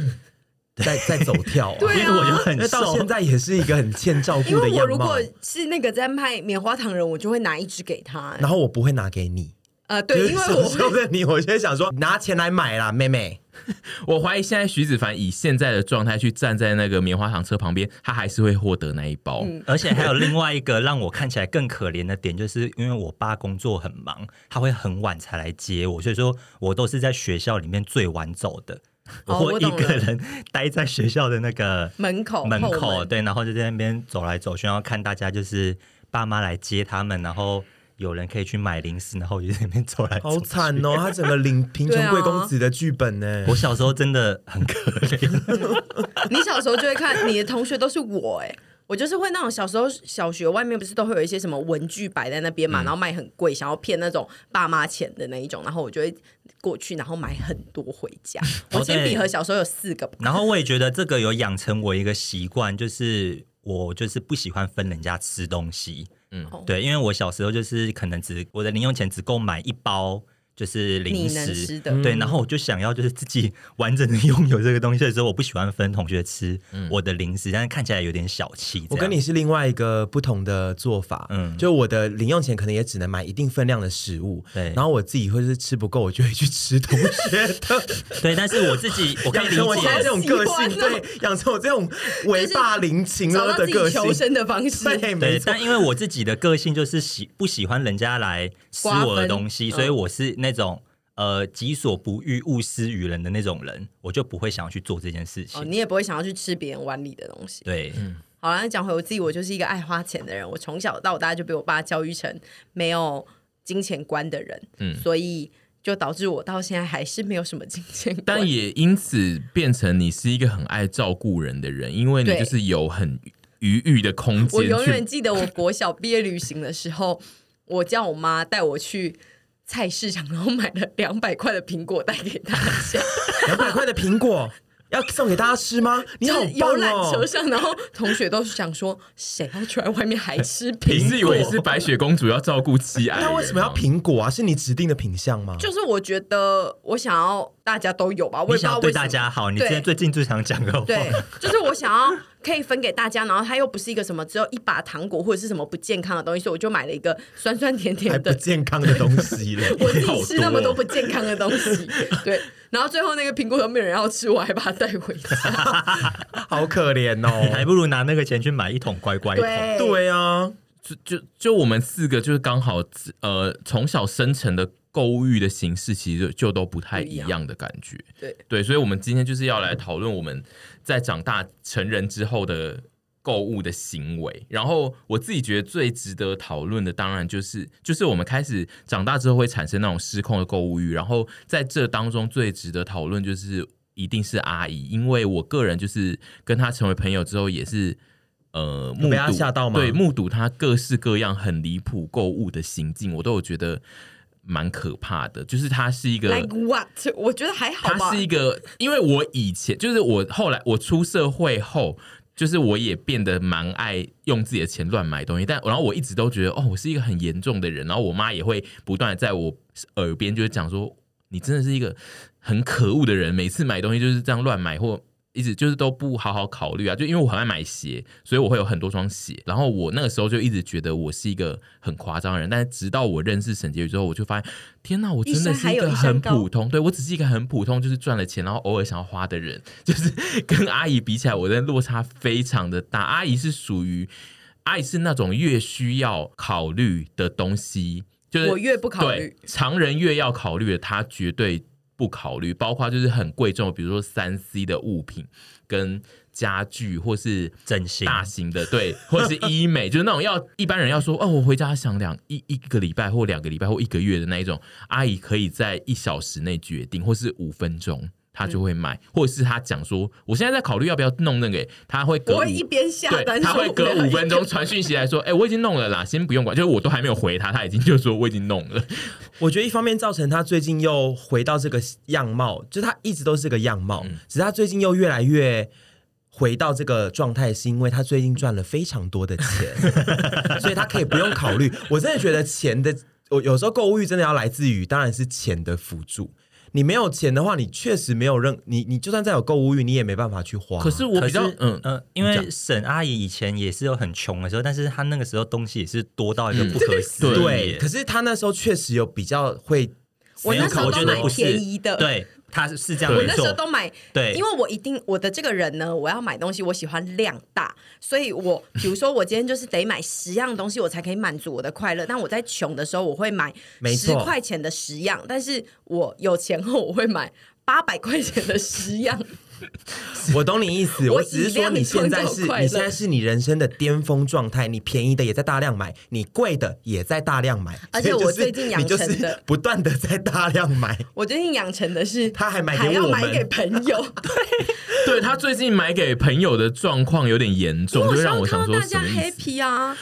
S1: 在在走跳、啊？
S2: 对
S5: 其
S2: 啊
S5: 实我就
S1: 那
S5: 很
S1: 到
S5: 瘦
S1: 现，在也是一个很欠照
S2: 因
S1: 顾的
S2: 为我
S1: 样
S2: 如
S1: 貌
S2: 果。是那个在卖棉花糖人，我就会拿一支给他。
S1: 然后我不会拿给你，
S2: 呃，对，因为
S1: 就是
S2: 我
S1: 小时候的你，我就会想说拿钱来买啦，妹妹。
S3: 我怀疑现在徐子凡以现在的状态去站在那个棉花糖车旁边，他还是会获得那一包。
S2: 嗯
S5: 而且还有另外一个让我看起来更可怜的点，就是因为我爸工作很忙，他会很晚才来接我，所以说我都是在学校里面最晚走的，
S2: 哦我
S5: 我一
S2: 懂了
S5: 个人待在学校的那个
S2: 门口
S5: 门
S2: 后
S5: 口，
S2: 门
S5: 对，然后就在那边走来走去，然后看大家就是爸妈来接他们，然后有人可以去买零食，然后我就在那边走来走
S1: 好
S5: 去。
S1: 惨 哦，他整个领贫
S2: 对
S1: 穷
S2: 啊
S1: 贵公子的剧本呢、
S5: 我小时候真的很可怜，
S2: 你小时候就会看你的同学都是我哎、我就是会那种小时候小学外面不是都会有一些什么文具摆在那边
S1: 嗯
S2: 嘛，然后卖很贵，想要骗那种爸妈钱的那一种，然后我就会过去，然后买很多回 家。
S1: 哦
S2: 我铅笔盒小时候有四个吧，
S5: 然后我也觉得这个有养成我一个习惯，就是我就是不喜欢分人家吃东西。
S1: 嗯
S2: 哦
S5: 对，因为我小时候就是可能只我的零用钱只够买一包。就是零
S2: 你能
S5: 食，
S2: 吃的
S5: 对，然后我就想要就是自己 完整的拥有这个东西的时候，我不喜欢分同学吃我的零食，但是看起来有点小气。
S1: 嗯我
S5: 这样
S1: 跟你是另外一个不同的做法，嗯，
S5: 嗯
S1: 就我的零用钱可能也只能买一定分量的食物，
S5: 对
S1: 然后我自己会是吃不够，我就会去吃同学的，
S5: 对，但是我自己 我可以
S1: 养
S5: 理
S1: 成我现在这
S5: 解，
S1: 种个
S2: 好
S1: 性，
S2: 喜欢哦
S1: 对，养成我这种为霸凌情
S2: 找
S1: 了
S2: 到
S1: 的
S2: 自
S1: 个
S2: 己
S1: 性
S2: 求，生的方式。
S1: 对，没
S5: 对，
S1: 错。
S5: 但因为我自己的个性就是喜不喜欢人家来吃
S2: 瓜
S5: 我的
S2: 分
S5: 东西，
S2: 嗯
S5: 所以我是那种。呃己所不欲，勿施于人的那种人，我就不会想要去做这件事
S1: 嗯
S5: 情。
S2: 哦，你也不会想要去吃别人碗里的东西。
S5: 对，
S3: 嗯
S2: 好了，那讲回我自己，我就是一个爱花钱的人。我从小到大就被我爸教育成没有金钱观的人，
S3: 嗯
S2: 所以就导致我到现在还是没有什么金钱观。
S3: 但也因此变成你是一个很爱照顾人的人，因为你
S2: 对
S3: 就是有很余裕的空间
S2: 我永远
S3: 去。
S2: 记得我国小毕业旅行的时候，我叫我妈带我去菜市场，然后买了两百块的苹果带给大家，
S1: 两百块的苹果要送给大家吃 吗？你好
S2: 就是游
S1: 棒
S2: 览车
S1: 哦！
S2: 上，然后同学都想说，谁要出来外面还吃
S3: 你
S2: 苹果？
S3: 是以为是白雪公主要照顾七
S5: 哎
S3: 爱人哦吗？
S1: 那为什么要苹果啊？是你指定的品相吗？
S2: 就是我觉得我想要大家都有吧，我也不
S5: 你
S2: 知
S5: 想
S2: 道
S5: 要
S2: 为
S5: 对
S2: 什么
S5: 大家好，你
S2: 对
S5: 今天最近最常讲的话，
S2: 对，就是我想要可以分给大家，然后它又不是一个什么只有一把糖果或者是什么不健康的东西，所以我就买了一个酸酸甜
S1: 还
S2: 甜
S1: 不
S2: 的。
S1: 健康的东西嘞，
S2: 我自己吃那么多
S1: 好
S2: 不健康的东西，对，然后最后那个苹果都没有人要吃，我还把它带回家。
S1: 哦，好可怜
S5: 你 还
S1: 哦。
S5: 不如拿那个钱去买一桶乖乖桶。
S2: 对，
S1: 对啊，
S3: 就就就我们四个就是刚好呃从小生成的购物欲的形式，其实就就都不太一样的感觉。
S2: 对
S3: 对，所以我们今天就是要
S1: 嗯
S3: 来讨论我们在长大成人之后的购物的行为。然后我自己觉得最值得讨论的，当然就是就是我们开始长大之后会产生那种失控的购物欲。然后在这当中最值得讨论就是一定是阿姨，因为我个人就是跟她成为朋友之后也是。呃，目
S1: 被她
S3: 睹
S1: 吓到吗
S3: 对，目睹他各式各样很离谱购物的行径，我都有觉得蛮可怕的。就是他是一个
S2: ，like what？我觉得还好吧
S3: 他是。一个，因为我以前就是我后来我出社会后，就是我也变得蛮爱用自己的钱乱买东西，但然后我一直都觉得哦，我是一个很严重的人，然后我妈也会不断的在我耳边就是讲说，哦你真的是一个很可恶的人，每次买东西就是这样乱买或。一直就是都不好好考虑啊，就因为我很爱买鞋，所以我会有很多双鞋。然后我那个时候就一直觉得我是一个很夸张的人，但是直到我认识沈婕妤之后，我就发现，天哪，我真的是
S2: 一山还有
S3: 个
S2: 一
S3: 很
S2: 山高
S3: 普普通，对我只是一个很普通，就是赚了钱然后偶尔想要花的人，就是 跟阿姨比起来，我的落差非常的大。阿姨是属于，阿姨是那种越需要考虑的东西，就是
S2: 我越不考虑
S3: 对常人越要考虑的，她绝对不考虑，包括就是很贵重的，比如说三 C 的物品跟家具或是
S5: 整形
S3: 大型的，对， 或者是医美，就是那种要一般人要说哦，我回家想两一一个礼拜或两个礼拜或一个月的那一种，阿姨可以在一小时内决定，或是五分钟。她
S2: 嗯
S3: 就会买，或者是她讲说，我现在在考虑要不要弄那个、欸，她会隔
S2: 我会
S3: 五
S2: 一边下
S3: 对，
S2: 单，
S3: 他
S2: 说
S3: 会隔
S2: 我要
S3: 五
S2: 一
S3: 分钟传讯息来说，哎、我已经弄了啦，先不用管，就是我都还没有回他，他已经就说我已经弄了，
S1: 我觉得一方面造成他最近又回到这个样貌，就是他一直都是个样貌，
S3: 嗯
S1: 只是他最近又越来越。回到这个状态，是因为他最近赚了非常多的钱， 所以他可以不用考虑。我真的觉得钱的，我有时候购物欲真的要来自于，当然是钱的辅助。你没有钱的话，你确实没有任你你就算再有购物欲，你也没办法去花。
S3: 可是我
S5: 可
S3: 比
S5: 是
S3: 较，嗯
S5: 嗯。呃，因为沈阿姨以前也是有很穷的时候，但是她那个时候东西也是多到一
S3: 嗯
S5: 个不可思议。
S1: 对，可是他那时候确实有比较会
S2: 我那时候
S5: 我觉
S2: 都
S5: 得
S2: 买
S5: 不是
S2: 便宜的，
S5: 对，她是是这样
S3: 对
S2: 我
S5: 没
S2: 那时候
S5: 错。
S2: 都买，
S5: 对
S2: 因为我一定我的这个人呢，我要买东西，我喜欢量大，所以我比如说我今天就是得买十样东西，我才可以满足我的快乐。但我在穷的时候，我会买
S1: 没
S2: 十
S1: 错
S2: 块钱的十样，但是我有钱后，我会买八百块钱的十样。
S1: 我懂你意思，
S2: 我
S1: 我只是
S2: 以
S1: 说
S2: 量
S1: 你现在
S2: 创造
S1: 是
S2: 快乐
S1: 你现在是你人生的巅峰状态，你便宜的也在大量买，你贵的也在大量买，
S2: 而且
S1: 所以就是
S2: 我最近养
S1: 你就
S2: 成的
S1: 是不断的在大量买，
S2: 我最近养成的是，
S1: 他还买给
S2: 还要
S1: 我
S2: 买
S1: 们
S2: 给朋友，
S3: 对他最近买给朋友的状况有点严重，就
S2: 希
S3: 让
S2: 望
S3: 我
S2: 看
S3: 想
S2: 到
S3: 说
S2: 大
S3: 什
S2: 家
S3: 么意思？
S2: happy 啊，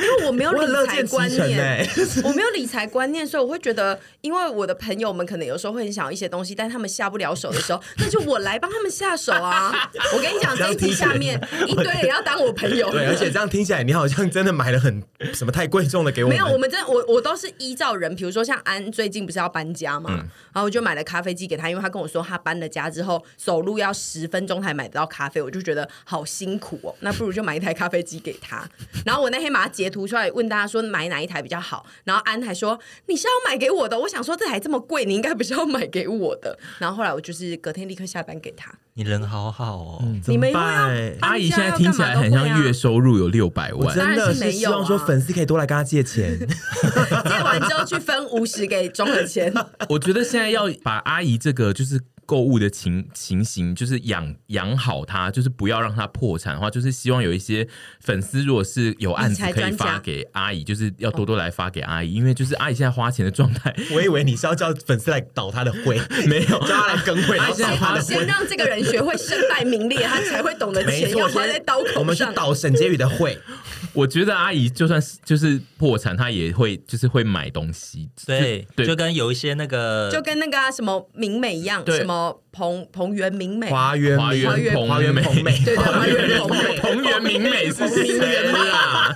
S2: 因为我没 有
S1: 我很乐
S2: 理财
S1: 见其
S2: 观
S1: 成
S2: 念，
S1: 哎、
S2: 我没有理财观念，所以我会觉得，因为我的朋友们可能有时候会很想要一些东西，但他们下不了手的时候，那就我来帮他们下手啊！我跟你 讲，这一集下面一堆人要当我朋友，
S1: 对，而且这样听起来你好像真的买了很什么太贵重的给我
S2: 没
S1: 们，
S2: 有，我们真的我我都是依照人，比如说像安最近不是要搬家
S1: 嗯
S2: 嘛，然后我就买了咖啡机给他，因为他跟我说他搬了家之后走路要十分钟才买得到咖啡，我就觉得好辛苦哦， 那不如就买一台咖啡机给他。然后我那天把它截图出来，问大家说买哪一台比较好，然后安还说你是要买给我的，我想说这台这么贵，你应该不是要买给我的。然后后来我就是隔天立刻下单给他，
S5: 你人好好哦，
S3: 嗯
S1: 怎
S2: 你
S1: 么
S2: 们会要
S1: 办？
S2: 啊
S3: 阿姨现在听起来很像月收入有六百
S1: 我
S3: 万，
S1: 真
S2: 当
S1: 的
S2: 然是
S1: 是
S2: 没
S1: 希
S2: 有啊
S1: 望说粉丝可以多来跟他借 钱，
S2: 借完之后去分五十给中和钱，
S3: 我觉得现在要把阿姨这个就是购物的情情形，就是养养好她，就是不要让她破产的话，就是希望有一些粉丝，如果是有案子
S2: 理财
S3: 可以
S2: 专家
S3: 发给阿姨，就是要多多来发给阿姨，因为就是阿姨现在花钱的状态
S1: 我以为你是要叫粉丝来倒他的灰，
S3: 没有
S1: 叫他来跟会，然后倒
S2: 先
S1: 他的灰
S2: 啊先。让这个人学会身败名裂，他才会懂得
S1: 没
S2: 钱
S1: 错，
S2: 要花
S1: 先
S2: 在刀口上。
S1: 我们去倒沈婕妤的会，
S3: 我觉得阿姨就算是就是破产，她也会就是会买东西，
S5: 对，
S3: 对
S5: 就跟有一些那个，
S2: 就跟那个啊、什么明美一样，
S3: 对
S2: 什么彭彭源明美，
S1: 华园
S3: 华园
S1: 明华园
S3: 彭
S1: 彭美，
S2: 对对
S1: 华
S2: 华园
S1: 园
S2: 彭美
S3: 彭源明美是谁啊啦？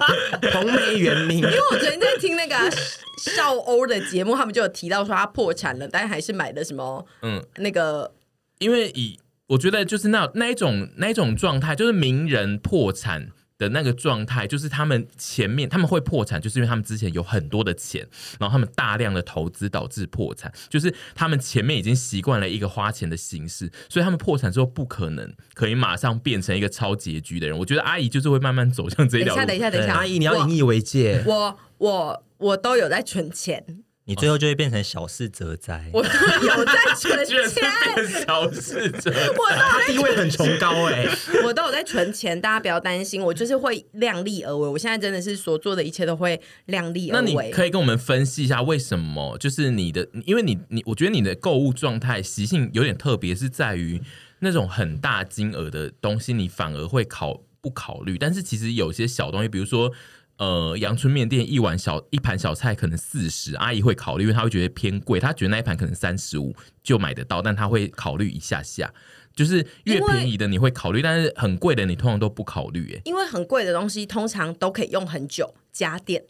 S1: 彭美原名，
S2: 因为 我昨天在听那个啊 少欧的节目，他们就有提到说他破产了，但还是买的什么
S3: 嗯，
S2: 那个
S3: 因为以我觉得就是那那一种那一种状态，就是名人破产。的那个状态，就是他们前面他们会破产，就是因为他们之前有很多的钱，然后他们大量的投资导致破产，就是他们前面已经习惯了一个花钱的形式，所以他们破产之后不可能可以马上变成一个超拮据的人。我觉得阿姨就是会慢慢走向这
S2: 等一
S3: 一条
S2: 下，等一
S3: 路。
S2: 下，等一下，
S1: 阿姨你要引以为戒，
S2: 我我我我都有在存钱，
S5: 你最后就会变成小事则哉。
S2: 我 都有在存
S3: 居然是
S2: 钱，
S3: 变小事者，
S2: 我都
S1: 她地位很崇高哎，
S2: 我都有在存钱，大家不要担心，我就是会量力而为。我现在真的是所做的一切都会量力而
S3: 那你
S2: 为。
S3: 可以跟我们分析一下为什么？就是你的，因为你你，我觉得你的购物状态习性有点特别，是在于那种很大金额的东西，你反而会考不考虑。但是其实有些小东西，比如说。呃，阳春面店一碗小一盘小菜可能四十，阿姨会考虑，因为她会觉得偏贵，她觉得那一盘可能三十五就买得到，但她会考虑一下下，就是越
S2: 因为
S3: 便宜的你会考虑，但是很贵的你通常都不考虑、欸，
S2: 因为很贵的东西通常都可以用很久，家 电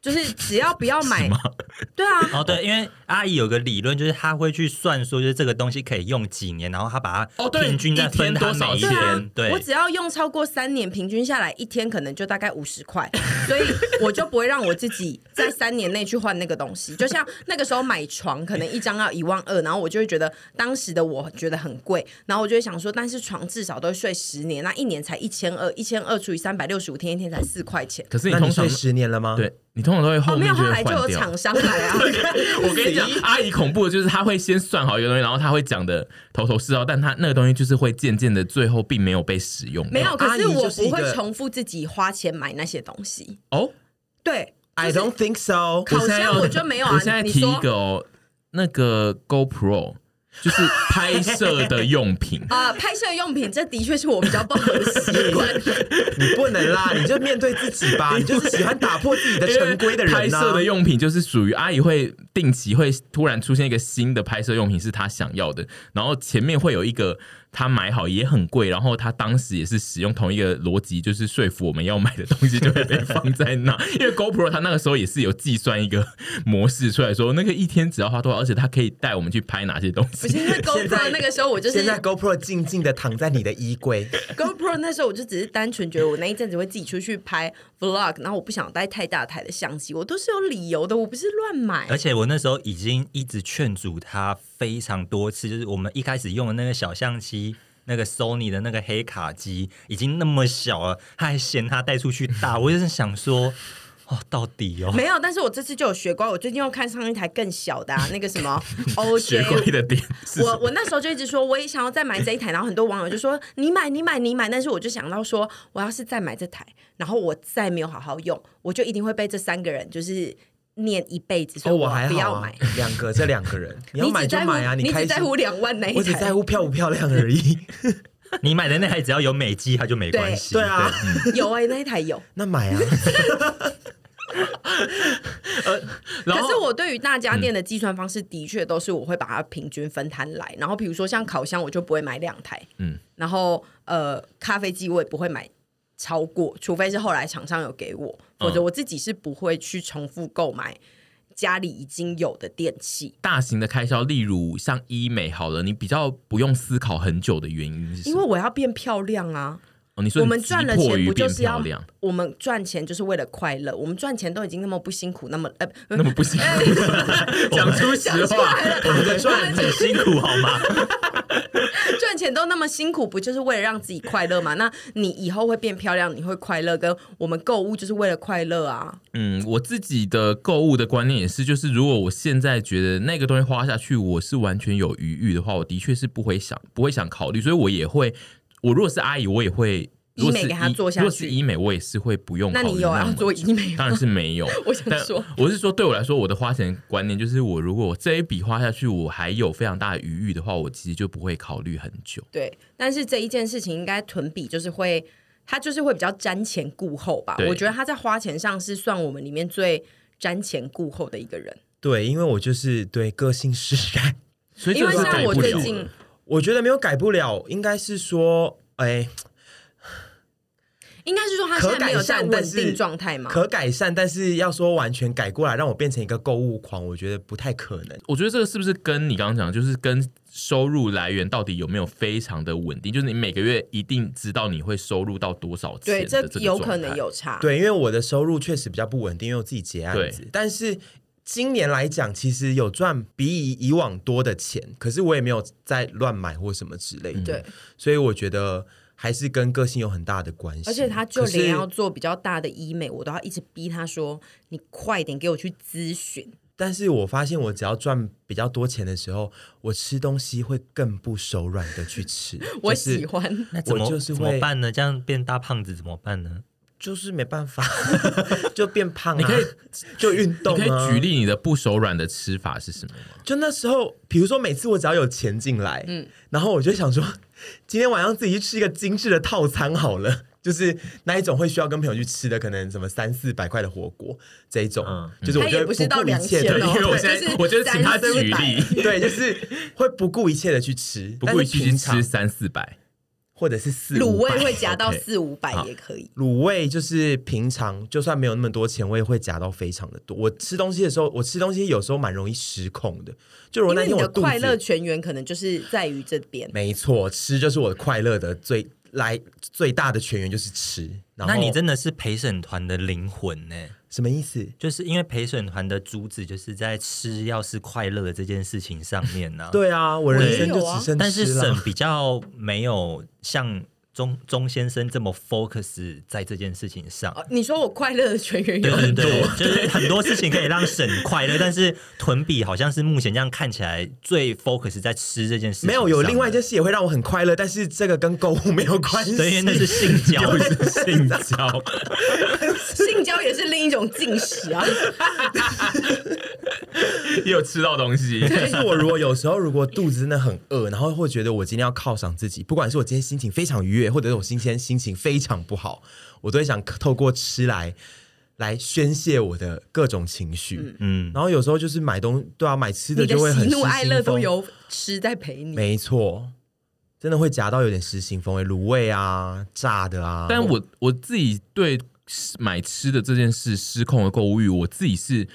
S2: 就是只要不要买，对啊，
S5: 哦，对，因为阿姨有个理论，就是她会去算说，就是这个东西可以用几年，然后她把它
S3: 哦对
S5: 平均再
S3: 一
S5: 分
S3: 天多
S5: 它
S3: 少
S5: 每一
S3: 钱
S5: 天，对
S2: 啊我，只要用超过三年，平均下来一天可能就大概五十块，所以我就不会让我自己在三年内去换那个东西。就像那个时候买床，可能一张要一万二，然后我就会觉得当时的我觉得很贵，然后我就会想说，但是床至少都会睡十年，那一年才一千二，一千二除以三百六十五天，一天才四块钱。
S3: 可是你
S1: 那
S3: 通
S1: 你
S3: 常
S1: 睡十年了吗？，
S3: 对你通常都会后
S2: 哦，没
S3: 面
S2: 有，
S3: 就
S2: 后
S3: 会
S2: 来
S3: 换
S2: 就
S3: 掉。
S2: 有厂商来 啊，
S3: 我跟你讲，阿姨恐怖的就是她会先算好一个东西，然后她会讲的头头是道，但她那个东西就是会渐渐的，最后并没有被使用。
S2: 没有，可
S1: 阿姨
S2: 是我
S1: 就是一
S2: 不
S1: 个
S2: 会重复自己花钱买那些东西。
S3: 哦，
S2: 对，
S1: I don't think so。
S2: 烤
S3: 现在
S2: 箱
S3: 要
S2: 我就没有啊。
S3: 我现在
S2: 你
S3: 提一
S2: 说。
S3: 个哦，那个 GoPro 就是拍摄的用品
S2: 啊、拍摄用品，这的确是我比较不好的 习惯。
S1: 你不能啦，你就面对自己吧， 你就是喜欢打破自己的陈规的
S3: 拍
S1: 人啊
S2: 啊
S1: 呐、
S3: 摄的用品就是属于阿姨会定期会突然出现一个新的拍摄用品是她想要的，然后前面会有一个她买好也很贵，然后她当时也是使用同一个逻辑，就是说服我们要买的东西就会被放在 那。因为 GoPro 它那个时候也是有计算一个模式出来说，那个一天只要花多少，而且它可以带我们去拍哪些东
S2: 不
S3: 西。
S2: 是因为 GoPro 那个时候，我就是
S1: 现在 GoPro 静静的躺在你的衣柜，
S2: GoPro 那时候，我就只是单纯觉得我那一阵子会自己出去拍 vlog，然后我不想带太大台的相机，我都是有理由的，我不是乱买
S5: 而。且我那时候已经一直劝阻她非常多次，就是我们一开始用的那个小相机。那个 Sony 的那个黑卡机已经那么小了，她还嫌它带出去大，我就是想说，哦，到底哦，
S2: 没有，但是我这次就有学乖，我最近又看上一台更小的、啊，那个什 么 OJ
S3: 学会的点是
S2: 我我那时候就一直说，我也想要再买这一台，然后很多网友就说你买你买你买，但是我就想到说，我要是再买这台，然后我再没有好好用，我就一定会被这三个人就是念一辈子，所
S1: 哦，
S2: 以
S1: 我还
S2: 不
S1: 好
S2: 要
S1: 啊
S2: 买。，
S1: 两个这两个 人，你要买
S2: 只
S1: 就
S2: 在乎
S1: 买啊，
S2: 你
S1: 开心
S2: 只在乎两万那一台，
S1: 我只在乎漂不漂亮而已。
S5: 你买的那台只要有美机，它就没关系。
S1: 对啊，
S3: 嗯
S2: 有哎、那一台有。
S1: 那买啊，
S3: 然
S2: 可
S3: 后嗯
S2: 是我对于大家电的计算方式，的确都是我会把它平均分摊来。然后比如说像烤箱，我就不会买两台，
S3: 嗯
S2: 嗯，然后呃，咖啡机我也不会买超过，除非是后来厂商有给我，否
S3: 嗯
S2: 则我自己是不会去重复购买家里已经有的电器，
S3: 大型的开销，例如像医美好了，你比较不用思考很久的原因是什
S2: 因
S3: 么？
S2: 为我要变漂亮啊。
S3: 哦、你说
S2: 我
S3: 你
S2: 们
S3: 急
S2: 赚了
S3: 迫
S2: 钱
S3: 于
S2: 不就
S3: 变
S2: 是
S3: 漂
S2: 要
S3: 亮，
S2: 我们赚钱就是为了快乐，我们赚钱都已经那么不辛苦，那么呃
S3: 那么不行，讲出实
S2: 讲出
S3: 话。
S2: 来了，
S5: 我们的赚很辛苦好吗？
S2: 赚钱都那么辛苦，不就是为了让自己快乐吗？那你以后会变漂亮，你会快乐，跟我们购物就是为了快乐啊。
S3: 嗯，我自己的购物的观念也是，就是如果我现在觉得那个东西花下去，我是完全有余裕的话，我的确是不会想不会想考虑，所以我也会，我如果是阿姨，我也会。
S2: 医美
S3: 如果是
S2: 给她
S3: 医
S2: 做下去
S3: 如果是医美，我也是会不用考
S2: 那
S3: 虑么
S2: 你
S3: 久。
S2: 有要做医美吗？。
S3: 当然是没有
S2: 我想
S3: 但
S2: 说，
S3: 我是说，对我来说，我的花钱观念就是，我如果我这一笔花下去，我还有非常大的余裕的话，我其实就不会考虑很久。
S2: 对，但是这一件事情应该囤比就是会，他就是会比较瞻前顾后吧。
S3: 对
S2: 我觉得他在花钱上是算我们里面最瞻前顾后的一个人。
S1: 对，因为我就是对个性使然，
S3: 所以
S2: 因
S3: 这
S2: 为
S3: 个是
S2: 像
S3: 改
S2: 我
S3: 不
S2: 最
S3: 了
S2: 近
S3: 的。，
S1: 我觉得没有改不了，应该是说，哎，
S2: 应该是说他现
S1: 可
S2: 在没
S1: 改
S2: 有在
S1: 善，
S2: 稳
S1: 但是
S2: 定状态嘛。
S1: 可改善，但是要说完全改过来，让我变成一个购物狂，我觉得不太可能。
S3: 我觉得这个是不是跟你刚刚讲的，就是跟收入来源到底有没有非常的稳定？就是你每个月一定知道你会收入到多少钱
S2: 对，
S3: 的
S2: 这
S3: 个
S2: 有
S3: 状
S2: 可能
S3: 态。
S2: 有差。
S1: 对，因为我的收入确实比较不稳定，因为我自己结案子
S3: 对，
S1: 但是。今年来讲，其实有赚比以以往多的钱，可是我也没有在乱买或什么之类的，
S2: 嗯对，
S1: 所以我觉得还是跟个性有很大的关系。
S2: 而且他就
S1: 可是
S2: 连要做比较大的医美，我都要一直逼他说：“你快点给我去咨询。
S1: 但是我发现，我只要赚比较多钱的时候，我吃东西会更不手软的去吃。
S2: 我
S1: 就是
S2: 喜欢。
S5: 那怎么
S1: 我就是
S5: 怎
S1: 会
S5: 么办呢？这样变大胖子怎么办呢？
S1: 就是没办法， 就变胖、啊。
S3: 你可以
S1: 就运
S3: 你
S1: 动、啊
S3: 可以举，例你的不手软的吃法是什么吗？
S1: 就那时候，比如说每次我只要有钱进来，嗯，然后我就想说，今天晚上自己去吃一个精致的套餐好了。 就是那一种会需要跟朋友去吃的，可能什么三四百块的火锅这一种，
S5: 嗯
S1: 就是我
S2: 他
S1: 觉
S2: 也
S1: 得
S2: 不
S1: 不
S2: 是到
S1: 顾一
S2: 两
S1: 切
S2: 千
S1: 的，
S3: 对
S2: 哦，
S3: 因为我现在
S2: 就是
S3: 我觉得请他
S2: 30
S3: 举
S2: 百
S3: 例
S1: 对，就是会不顾一切的去吃，
S3: 不
S1: 但
S3: 过
S1: 是
S3: 一去去
S1: 平常
S3: 吃三四百，
S1: 或者是四
S2: 卤
S1: 五百
S2: 味会夹到
S3: OK
S2: 四五百
S3: 好
S2: 也可以。
S1: 卤味就是平常就算没有那么多钱，我也会夹到非常的多。我吃东西的时候，我吃东西有时候蛮容易失控的。就如果
S2: 因
S1: 那
S2: 为你
S1: 天我
S2: 的
S1: 肚
S2: 快乐
S1: 子，
S2: 泉源可能就是在于这边。
S1: 没错，吃就是我快乐的最来最大的泉源就是吃。然后
S5: 那你真的是陪审团的灵魂呢、
S1: 什么意思？
S5: 就是因为陪审团的主旨就是在吃要是快乐的这件事情上面 呢、，
S1: 对啊，我人生就只剩
S5: 但是啊
S1: 吃了
S5: 沈。比较没有像钟钟先生这么 focus 在这件事情上。
S2: 哦你说我快乐的泉源
S5: 对
S2: 有
S5: 对对，就是啊很多事情可以让沈快乐，但是屯比好像是目前这样看起来最 focus 在吃这件事情。
S1: 没有，有另外一件，事也会让我很快乐，但是这个跟购物没有关系。
S5: 对，因为那是性交，
S3: 性 交。
S2: 性交也是另一种进食啊。
S3: 也有吃到东西。
S1: 就是我如果有时候如果肚子真的很饿，然后会觉得我今天要犒赏自己，不管是我今天心情非常愉悦，或者是我今天心情非常不好，我都会想透过吃来来宣泄我的各种情绪。
S5: 嗯，
S1: 然后有时候就是买东对啊，买吃的
S2: 你的
S1: 就会很
S2: 喜
S1: 失
S2: 怒
S1: 心
S2: 哀乐都
S1: 疯，
S2: 有吃在陪你。
S1: 没错，真的会夹到有点失心疯诶，卤味啊、炸的啊，
S3: 但我我自己对买吃的这件事失控的购物欲，我自己是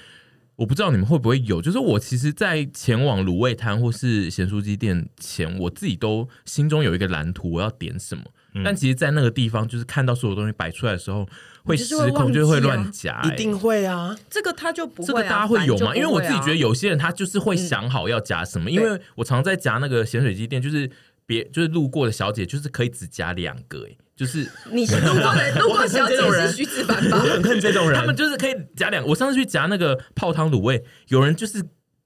S3: 我不知道你们会不会有，就是我其实，在前往卤味摊或是咸酥鸡店前，我自己都心中有一个蓝图，我要点什么。
S2: 嗯
S3: 但其实，在那个地方，就是看到所有东西摆出来的时候，会
S2: 就是
S3: 失
S2: 会忘
S3: 控，
S2: 记啊
S3: 就会乱夹、欸
S1: 一定会啊。
S2: 这个他就不
S3: 这
S2: 会、啊，
S3: 个大家会有吗？
S2: 反正就不会啊
S3: 因为我自己觉得有些人他就是
S2: 嗯
S3: 会想好要夹什么，因为我常在夹那个咸水鸡店，就是别就是路过的小姐，就是可以只夹两个、欸，就是
S2: 你是路 过的路过小姐
S1: 我很这种
S2: 是
S1: 人
S2: 徐子凡吧？
S1: 很恨这种人，
S3: 他们就是可以夹两。我上次去夹那个泡汤卤味，有人就是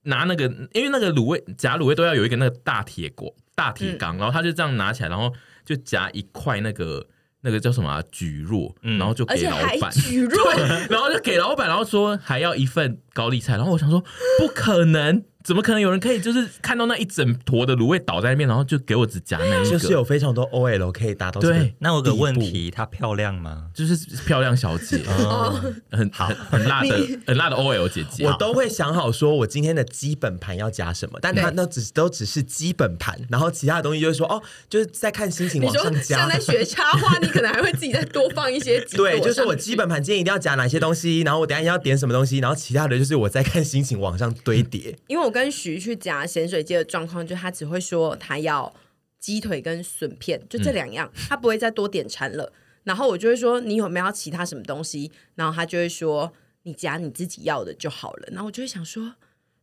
S3: 拿那个，因为那个卤味夹卤味都要有一个那个大铁锅、大
S1: 嗯
S3: 铁缸，然后他就这样拿起来，然后就夹一块那个那个叫什么啊蒟蒻，
S1: 嗯
S3: 然后就
S2: 而
S3: 给
S2: 且
S3: 老
S2: 还
S3: 板。
S2: 举弱，
S3: 然后就给老板，然后说还要一份高丽菜，然后我想说不可能，怎么可能有人可以就是看到那一整坨的卤味倒在那边，然后就给我只夹那一个，
S1: 就是有非常多 OL 可以达到这个
S3: 对，
S5: 那我有个问题，她漂亮 吗？
S3: 就是漂亮 小姐，很很很辣的很辣的 OL 姐姐，
S1: 哦我都会想好说我今天的基本盘要加什么，但它
S2: 对
S1: 那只都只是基本盘，然后其他的东西就是说哦，就是在看心情
S2: 你
S1: 往
S2: 说
S1: 上
S2: 像
S1: 加
S2: 在。学插花，你可能还会自己再多放一 些几朵
S1: 对，就是
S2: 上
S1: 我
S2: 去
S1: 基本盘今天一定要加哪些东西，然后我等一下要点什么东西，然后其他的就是我在看心情往上堆叠。
S2: 因为我跟徐去夹咸水鸡的状况，就他只会说他要鸡腿跟笋片，就这两样，他不会再多点馋 了。然后我就会说你有没有要其他什么东西，然后他就会说你夹你自己要的就好了。然后我就会想说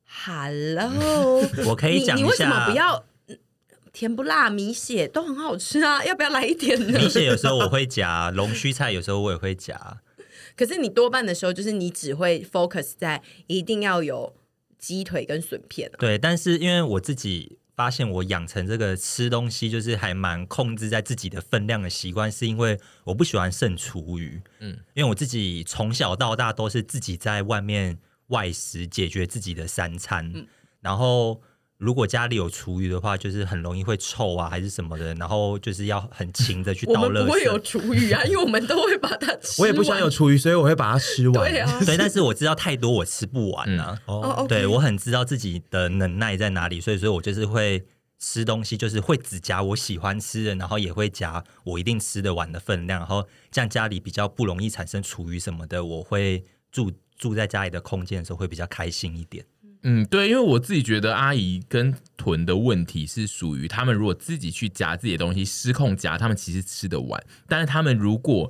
S2: ，Hello，
S5: 我可以讲
S2: 你
S5: 一
S2: 你为什么
S5: 下
S2: 不要？嗯甜不辣、米血都很好吃啊，要不要来一点呢？
S5: 米血有时候我会夹，龙须菜有时候我也会夹。
S2: 可是你多半的时候，就是你只会 focus 在一定要有鸡腿跟笋片啊。
S5: 对，但是因为我自己发现我养成这个吃东西就是还蛮控制在自己的分量的习惯，是因为我不喜欢剩厨余。嗯，因为我自己从小到大都是自己在外面外食解决自己的三餐，
S2: 嗯
S5: 然后。如果家里有厨余的话，就是很容易会臭啊，还是什么的，然后就是要很勤的去
S2: 我
S5: 倒垃圾。
S2: 们不会有厨余 啊，因为我们都会把它吃
S1: 我也不想有
S2: 完
S1: 厨余，所以我会把它吃完。
S2: 对啊，
S5: 对，但是我知道太多我吃不完啊。
S2: 哦，OK
S5: 对我很知道自己的能耐在哪里，所以所以我就是会吃东西，就是会只夹我喜欢吃的，然后也会夹我一定吃得完的分量，然后这样家里比较不容易产生厨余什么的，我会住住在家里的空间的时候会比较开心一点。
S3: 嗯，对，因为我自己觉得阿姨跟屯的问题是属于他们如果自己去夹自己的东西，失控夹，他们其实吃得完。但是他们如果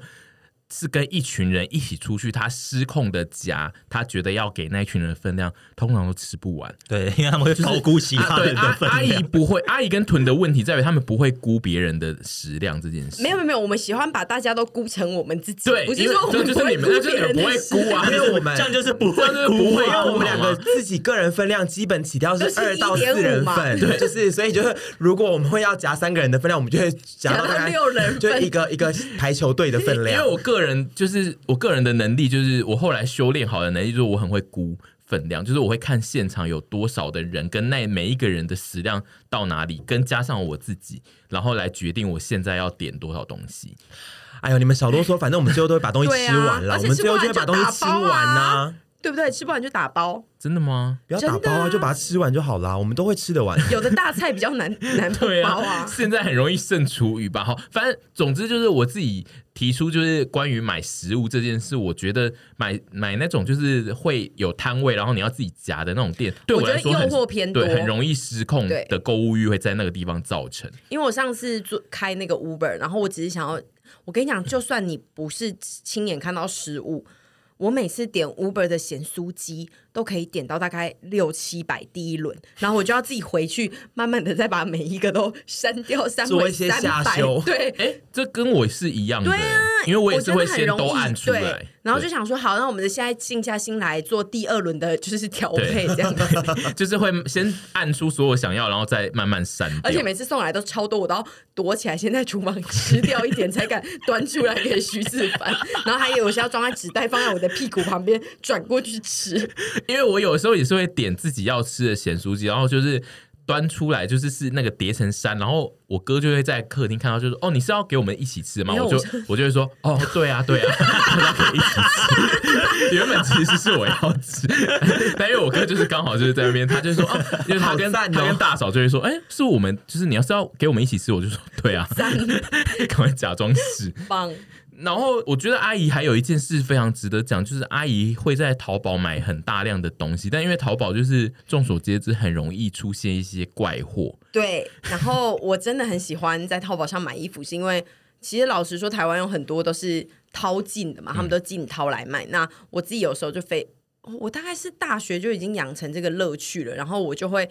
S3: 是跟一群人一起出去，他失控的夹，他觉得要给那群人的分量，通常都吃不完。
S5: 对，因为他们会高估其
S3: 啊
S5: 他
S3: 对
S5: 人的
S3: 阿
S5: 分
S3: 阿
S5: 量。
S3: 姨不会，阿姨跟屯的问题在于他们不会估别人的食量这件事。
S2: 没有没有没有，我们喜欢把大家都估成我们自己，
S3: 对，
S2: 不是
S3: 因为
S2: 说我
S3: 这
S2: 们
S3: 就
S2: 不
S3: 是
S2: 会
S3: 你们，
S2: 估
S3: 那就是
S2: 别
S3: 你们
S2: 人
S3: 不
S2: 的
S3: 会
S2: 事
S3: 估 啊，因为我们
S5: 这样就是不会
S3: 就是
S5: 估
S3: 不会
S5: 啊
S3: 啊
S1: 我们两个
S3: 好吗
S1: 自己个人分量基本起跳是
S2: 就是
S1: 二到四
S2: 1.5
S1: 人
S2: 嘛
S1: 份，就是所以就是如果我们会要夹三个人的分量，我们就会夹到
S2: 夹到
S1: 大概
S2: 六人份
S1: 就一个一个排球队的分
S3: 因
S1: 量
S3: 为。我个人就是我个人的能力，就是我后来修炼好的能力，就是我很会估分量，就是我会看现场有多少的人，跟那每一个人的食量到哪里，跟加上我自己，然后来决定我现在要点多少东西。
S1: 哎呦，你们少啰嗦，反正我们最后都会把东西
S2: 对
S1: 吃
S2: 啊
S1: 完了，
S2: 而且
S1: 我们
S2: 吃
S1: 最后
S2: 不
S1: 就会
S2: 完
S1: 把
S2: 就
S1: 东西
S2: 打
S1: 吃
S2: 包
S1: 完呐、
S2: 啊对不对？吃不完就打包，
S3: 真的吗？
S1: 不要打
S2: 真的
S1: 包啊，
S2: 啊
S1: 就把它吃完就好啦，我们都会吃得完。
S2: 有的大菜比较难难不
S3: 对
S2: 包
S3: 啊
S2: 啊，。
S3: 现在很容易剩厨余吧？好，反正总之就是我自己提出，就是关于买食物这件事，我觉得买买那种就是会有摊位，然后你要自己夹的那种店，对
S2: 我
S3: 来说
S2: 觉得
S3: 很
S2: 诱惑偏
S3: 对，
S2: 多
S3: 很容易失控
S2: 对
S3: 的购物欲会在那个地方造成。
S2: 因为我上次做开那个 Uber，然后我只是想要，我跟你讲，就算你不是亲眼看到食物，我每次点 Uber 的咸酥鸡都可以点到大概六七百第一轮，然后我就要自己回去慢慢的再把每一个都删掉，删
S1: 做
S2: 回
S1: 一些
S2: 三
S1: 下
S2: 百
S1: 修，
S2: 对。
S3: 哎、这跟我是一样的、
S2: 对啊，
S3: 因 为我也是
S2: 觉得
S3: 会
S2: 很
S3: 先
S2: 容
S3: 都
S2: 易
S3: 按出来
S2: 对，然后就
S3: 对
S2: 想说好，那我们现在静下心来做第二轮的，就是调配 这样。
S3: 就是会先按出所有想要，然后再慢慢删掉。
S2: 而且每次送来都超多，我都要躲起来，先在厨房吃掉一点，才敢端出来给徐志凡。然后还有些要装在纸袋，放在我的屁股旁边，转过去吃。
S3: 因为我有时候也是会点自己要吃的咸酥鸡，然后就是端出来，就是是那个叠成山，然后我哥就会在客厅看到，就说：“哦，你是要给我们一起吃吗？”
S2: 没有
S3: 我就
S2: 我是
S3: 我就会说：“哦，对啊，对啊，大家可以一起吃。”原本其实是我要吃，但因为我哥就是刚好就是在那边，他就说：“哦，因为他跟、
S1: 好赞哦
S3: 他跟大嫂就会说，哎、是我们就是你要是要给我们一起吃，我就说对啊，
S2: 赞
S3: 赶快假装是。”
S2: 棒，
S3: 然后我觉得阿姨还有一件事非常值得讲，就是阿姨会在淘宝买很大量的东西，但因为淘宝就是众所皆知，很容易出现一些怪货。
S2: 对。然后我真的很喜欢在淘宝上买衣服，是因为其实老实说，台湾有很多都是淘进的嘛，他们都进淘来卖。那我自己有时候就非，我大概是大学就已经养成这个乐趣了，然后我就会